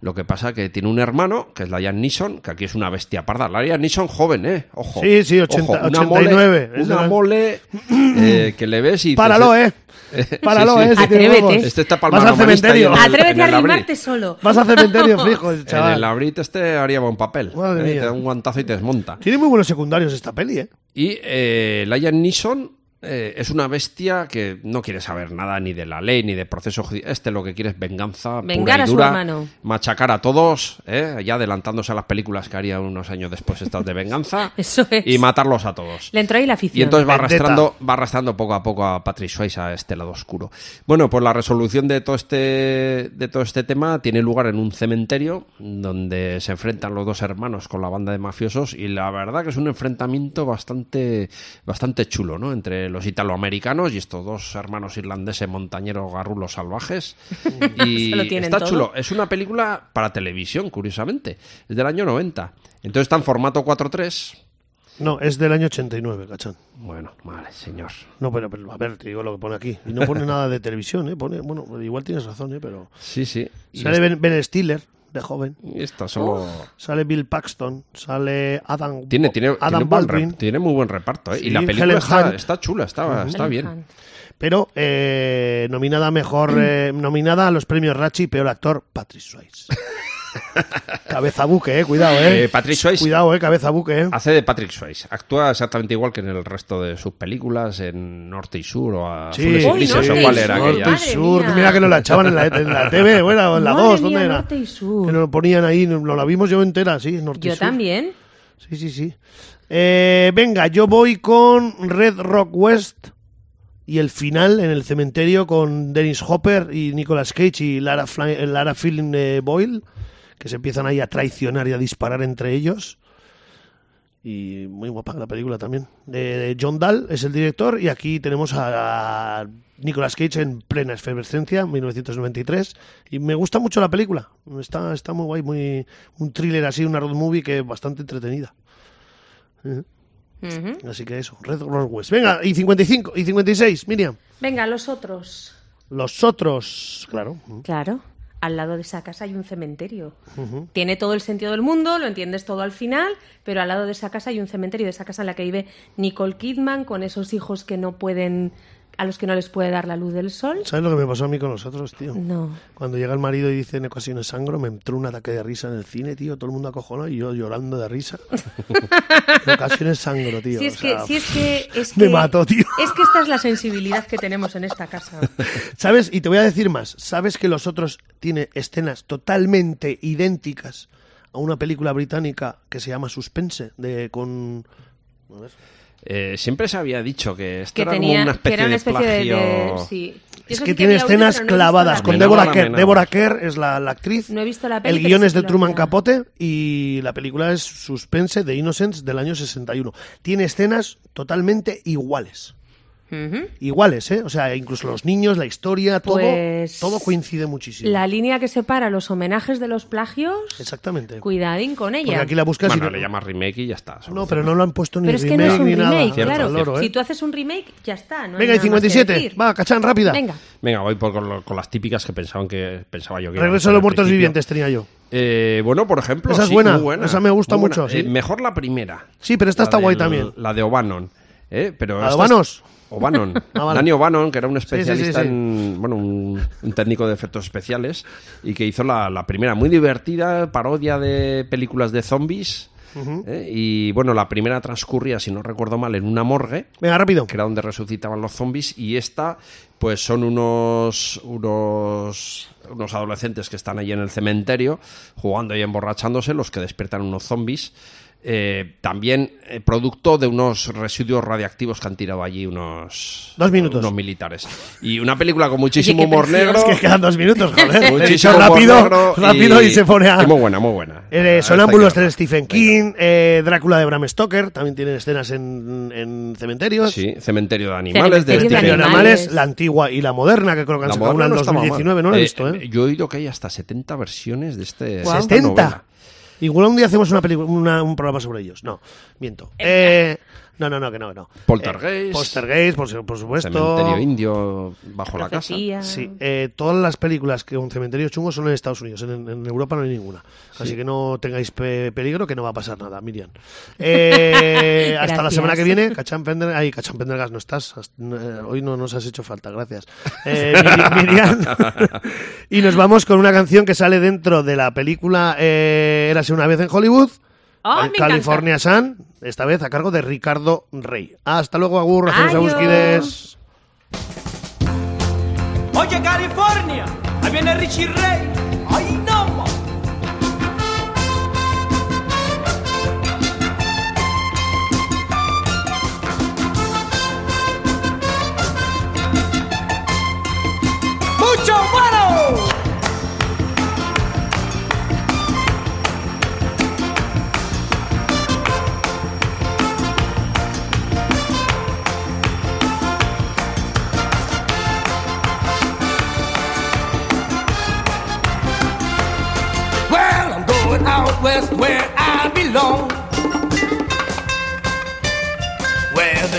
Speaker 2: Lo que pasa que tiene un hermano, que es Liam Neeson, que aquí es una bestia parda. Liam Neeson joven, ¿eh? Ojo.
Speaker 1: Sí, sí, 80,
Speaker 2: Ojo,
Speaker 1: 89.
Speaker 2: Mole,
Speaker 1: Es de
Speaker 2: una
Speaker 1: la-
Speaker 2: mole eh, que le ves y... dices,
Speaker 1: Páralo, eh. Páralo,
Speaker 2: sí, sí.
Speaker 1: eh. si tiene
Speaker 3: Atrévete.
Speaker 1: huevos.
Speaker 2: Este está
Speaker 1: Vas
Speaker 2: palmando
Speaker 1: al cementerio.
Speaker 2: En el-
Speaker 3: Atrévete a
Speaker 2: en el abril.
Speaker 3: arrimarte solo.
Speaker 1: Vas al cementerio, fijo,
Speaker 2: En el
Speaker 1: chaval.
Speaker 2: labrit este haría buen papel.
Speaker 1: Madre
Speaker 2: ¿eh?
Speaker 1: mía.
Speaker 2: Te da un guantazo y te desmonta.
Speaker 1: Tiene muy buenos secundarios esta peli, ¿eh?
Speaker 2: Y eh, Liam Neeson eh, es una bestia que no quiere saber nada ni de la ley ni de proceso judicial. Este lo que quiere es venganza.
Speaker 3: Vengar
Speaker 2: pura y
Speaker 3: a su
Speaker 2: dura,
Speaker 3: hermano.
Speaker 2: Machacar a todos, ¿eh? ya adelantándose a las películas que haría unos años después estas de venganza.
Speaker 3: Eso es.
Speaker 2: Y matarlos a todos.
Speaker 3: Le entró ahí
Speaker 2: Y
Speaker 3: la afición.
Speaker 2: entonces va
Speaker 1: Vendetta.
Speaker 2: arrastrando, va arrastrando poco a poco a Patrick Swayze a este lado oscuro. Bueno, pues la resolución de todo este de todo este tema tiene lugar en un cementerio donde se enfrentan los dos hermanos con la banda de mafiosos y la verdad que es un enfrentamiento bastante bastante chulo, ¿no? Entre los italoamericanos y estos dos hermanos irlandeses montañeros garrulos salvajes. y
Speaker 3: Se lo tienen
Speaker 2: está
Speaker 3: todo.
Speaker 2: chulo, es una película para televisión, curiosamente. Es del año 90. Entonces está en formato 4.3
Speaker 1: No, es del año 89, cachón.
Speaker 2: Bueno, vale, señor.
Speaker 1: No, pero, pero, a ver, te digo lo que pone aquí. Y no pone nada de televisión, ¿eh? Pone, bueno, igual tienes razón, ¿eh? Pero
Speaker 2: Sí, sí. Y
Speaker 1: sale Ben, Ben Stiller, de joven.
Speaker 2: es- y está solo...
Speaker 1: Sale Bill Paxton. Sale Adam,
Speaker 2: Tiene, tiene,
Speaker 1: Adam
Speaker 2: tiene, buen
Speaker 1: Baldwin.
Speaker 2: rep- tiene muy buen reparto, ¿eh?
Speaker 1: Sí,
Speaker 2: y la película
Speaker 1: Helen
Speaker 2: está,
Speaker 1: Hunt.
Speaker 2: está chula, está, está
Speaker 3: Helen
Speaker 2: bien.
Speaker 3: Hunt.
Speaker 1: Pero eh, nominada a
Speaker 2: Mm.
Speaker 1: mejor eh, nominada a los premios Rachi peor actor Patrick Swayze. cabeza buque, eh, cuidado, eh.
Speaker 2: Eh, Patrick Swayze-
Speaker 1: Cuidado, eh, cabeza buque, eh.
Speaker 2: Hace de Patrick Swayze. Actúa exactamente igual que en el resto de sus películas, en Norte y Sur o a Azules y
Speaker 3: Uy,
Speaker 2: Grises,
Speaker 3: Norte
Speaker 2: o
Speaker 3: y
Speaker 2: cuál era
Speaker 3: Sur,
Speaker 2: aquella.
Speaker 1: Norte y
Speaker 3: Madre
Speaker 1: Sur,
Speaker 3: mía.
Speaker 1: mira que nos la echaban en la, en la TV, bueno, o en la
Speaker 3: Madre
Speaker 1: 2, ¿dónde
Speaker 3: mía,
Speaker 1: era?
Speaker 3: Norte y Sur.
Speaker 1: Que nos lo ponían ahí, nos nos la vimos yo entera, sí, Norte y
Speaker 3: Yo
Speaker 1: Sur.
Speaker 3: también.
Speaker 1: Sí, sí, sí. Eh, venga, yo voy con Red Rock West y el final en el cementerio con Dennis Hopper y Nicolas Cage y Lara, Fla- eh, Lara Flynn eh, Boyle, que se empiezan ahí a traicionar y a disparar entre ellos. Y muy guapa la película también. Eh, John Dahl es el director y aquí tenemos a, a Nicolas Cage en plena efervescencia, 1993. Y me gusta mucho la película. Está, está muy guay, muy un thriller así, una road movie que es bastante entretenida.
Speaker 3: Ujú.
Speaker 1: Así que eso, Red Rock West. Venga, y 55, y 56, Miriam.
Speaker 3: Venga, los otros.
Speaker 1: Los otros, claro.
Speaker 3: Claro. Al lado de esa casa hay un cementerio. Tiene todo el sentido del mundo, lo entiendes todo al final, pero al lado de esa casa hay un cementerio, de esa casa en la que vive Nicole Kidman con esos hijos que no pueden, a los que no les puede dar la luz del sol.
Speaker 1: ¿Sabes lo que me pasó a mí con los otros, tío?
Speaker 3: No.
Speaker 1: Cuando llega el marido y dice en ocasiones sangro, me entró un ataque de risa en el cine, tío. Todo el mundo acojonado y yo llorando de risa. en ocasiones sangro, tío.
Speaker 3: Si es,
Speaker 1: o
Speaker 3: que,
Speaker 1: sea,
Speaker 3: si es que, es
Speaker 1: me
Speaker 3: que-
Speaker 1: mato, tío.
Speaker 3: Es que esta es la sensibilidad que tenemos en esta casa.
Speaker 1: ¿Sabes? Y te voy a decir más. ¿Sabes que los otros tiene escenas totalmente idénticas a una película británica que se llama Suspense? De, con... a ver.
Speaker 2: Eh, siempre se había dicho que esto
Speaker 3: Que
Speaker 2: era
Speaker 3: tenía,
Speaker 2: como una
Speaker 3: que
Speaker 2: especie,
Speaker 3: era una especie de.
Speaker 2: de plagio.
Speaker 3: de- sí.
Speaker 1: Es
Speaker 3: Eso
Speaker 1: que
Speaker 3: sí
Speaker 1: tiene
Speaker 3: había
Speaker 1: escenas
Speaker 3: oído, pero no he visto
Speaker 1: clavadas
Speaker 3: la
Speaker 1: con
Speaker 2: peli.
Speaker 1: Deborah
Speaker 2: Menor
Speaker 1: Kerr.
Speaker 2: amenaza.
Speaker 1: Deborah Kerr es la, la actriz.
Speaker 3: No he visto la peli,
Speaker 1: El
Speaker 3: pero
Speaker 1: guion
Speaker 3: sí
Speaker 1: es
Speaker 3: que
Speaker 1: de
Speaker 3: lo
Speaker 1: Truman
Speaker 3: había-
Speaker 1: Capote y la película es Suspense de Innocence del año 61. Tiene escenas totalmente iguales.
Speaker 3: Ujú.
Speaker 1: Iguales, ¿eh? O sea, incluso los niños, la historia, todo,
Speaker 3: Pues-
Speaker 1: todo coincide muchísimo.
Speaker 3: La línea que separa los homenajes de los plagios,
Speaker 1: Exactamente.
Speaker 3: cuidadín con
Speaker 1: Porque
Speaker 3: ella.
Speaker 1: aquí la buscas y
Speaker 2: Bueno,
Speaker 1: no-
Speaker 2: le llamas remake y ya está.
Speaker 1: No, pero no lo han puesto ni
Speaker 3: Pero es que
Speaker 1: remake
Speaker 3: no es un
Speaker 1: ni nada.
Speaker 3: remake,
Speaker 1: al
Speaker 3: claro.
Speaker 1: loro,
Speaker 3: Si
Speaker 1: ¿eh?
Speaker 3: tú haces un remake, ya está. no hay
Speaker 1: Venga, y
Speaker 3: nada más que
Speaker 1: 57.
Speaker 3: decir.
Speaker 1: Va, cachán, rápida.
Speaker 3: Venga.
Speaker 2: Venga, voy por, con, lo- con las típicas que pensaban que pensaba yo que iban
Speaker 1: Regreso
Speaker 2: a
Speaker 1: a los
Speaker 2: poner
Speaker 1: muertos
Speaker 2: al principio.
Speaker 1: vivientes tenía yo.
Speaker 2: Eh, bueno, por ejemplo,
Speaker 1: Esa es
Speaker 2: sí,
Speaker 1: buena,
Speaker 2: muy buena.
Speaker 1: esa me gusta
Speaker 2: muy buena.
Speaker 1: mucho, sí.
Speaker 2: Eh, mejor la primera.
Speaker 1: Sí, pero esta
Speaker 2: La
Speaker 1: está guay
Speaker 2: del-
Speaker 1: también.
Speaker 2: La de O'Bannon. ¿eh? Pero
Speaker 1: ¿La de
Speaker 2: esta es-
Speaker 1: O'Banos?
Speaker 2: O'Bannon.
Speaker 1: Ah, vale.
Speaker 2: Dani O'Bannon, que era
Speaker 1: sí,
Speaker 2: un
Speaker 1: sí,
Speaker 2: especialista
Speaker 1: sí.
Speaker 2: en. Bueno, un, un técnico de efectos especiales. Y que hizo la, la primera muy divertida, parodia de películas de zombies. ¿eh? Y bueno, la primera transcurría, si no recuerdo mal, en una morgue
Speaker 1: Venga, rápido.
Speaker 2: que era donde resucitaban los zombies, y esta, pues son unos, unos, unos adolescentes que están allí en el cementerio jugando y emborrachándose, los que despiertan unos zombies. eh, también eh, producto de unos residuos radiactivos que han tirado allí unos,
Speaker 1: Dos minutos.
Speaker 2: unos militares. Y una película con muchísimo
Speaker 3: Oye, qué
Speaker 2: humor negro.
Speaker 1: Es que quedan dos minutos, joder. He dicho
Speaker 2: Muchísimo humor
Speaker 1: rápido,
Speaker 2: negro
Speaker 1: rápido y, se pone a.
Speaker 2: y muy buena, muy buena.
Speaker 1: Eh,
Speaker 2: Ahora
Speaker 1: Sonámbulos
Speaker 2: está aquí.
Speaker 1: de Stephen King, eh, Drácula de Bram Stoker, también tienen escenas en, en cementerios.
Speaker 2: Sí, Cementerio de Animales.
Speaker 1: Cementerio de
Speaker 2: de
Speaker 3: Cementerio de
Speaker 2: Stephen King.
Speaker 1: animales.
Speaker 3: Animales.
Speaker 1: la antigua y la moderna, que creo que han
Speaker 2: La
Speaker 1: sacado una
Speaker 2: moderna
Speaker 1: en
Speaker 2: no está mal.
Speaker 1: 2019, no la he
Speaker 2: Eh,
Speaker 1: visto, ¿eh?
Speaker 2: Yo he oído que hay hasta 70 versiones de este. de esta
Speaker 1: 70.
Speaker 2: novela.
Speaker 1: Igual un día hacemos una película, una- un programa sobre ellos. No, miento. Eh, no, no, no, que no, que no.
Speaker 2: Poltergeist.
Speaker 1: Eh, Poltergeist, por, su- por supuesto.
Speaker 2: Cementerio indio bajo la casa.
Speaker 3: Profecía.
Speaker 1: Sí, eh, todas las películas que un cementerio chungo son en Estados Unidos, en, en Europa no hay ninguna. Así que no tengáis pe- peligro, que no va a pasar nada, Miriam. Eh, hasta la
Speaker 3: Gracias.
Speaker 1: semana que viene, Cachán Pendergast, ay, Cachán Pendergast no estás, hasta- eh, hoy no nos has hecho falta, gracias. Eh, Miri- Miriam, y nos vamos con una canción que sale dentro de la película eh, Érase una vez en Hollywood,
Speaker 3: ¡Oh, me encanta!
Speaker 1: California Sun, esta vez a cargo de Ricardo Rey. Hasta luego, Agur, Rafael
Speaker 3: Adiós.
Speaker 1: Saúsquides.
Speaker 7: Oye, California, ahí viene Richie Ray. ¡Ay, no! ma! ¡Mucho bueno!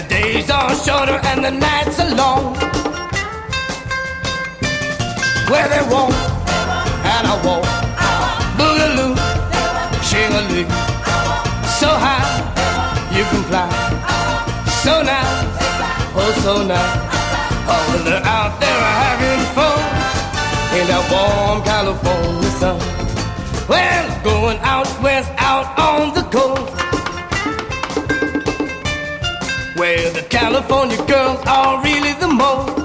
Speaker 7: days are shorter and the nights are long. Where they walk and I walk, boogaloo, shingaloo, so high you can fly, so now, oh so now, oh well, they're out there having fun in that warm California sun. Well, going out west, out on the coast. Where the California girls are really the most.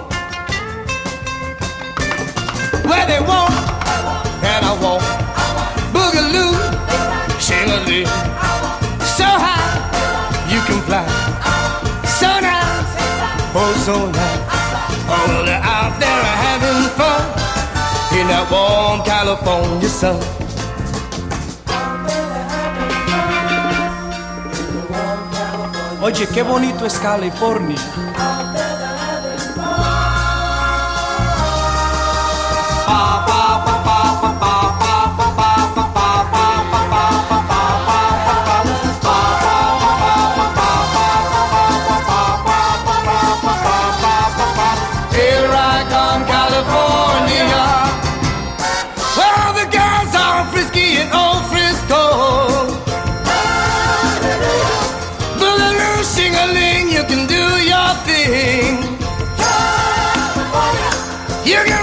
Speaker 7: Where they walk, and I walk. Boogaloo, shingaloo. So high, you can fly. So nice, oh, so nice. Oh, well, they're out there having fun in that warm California sun. Oye, qué bonito es California. Here I come, California. Well, the girls are frisky in old Frisco. Boogaloo, sing-a-ling, you can do your thing. You can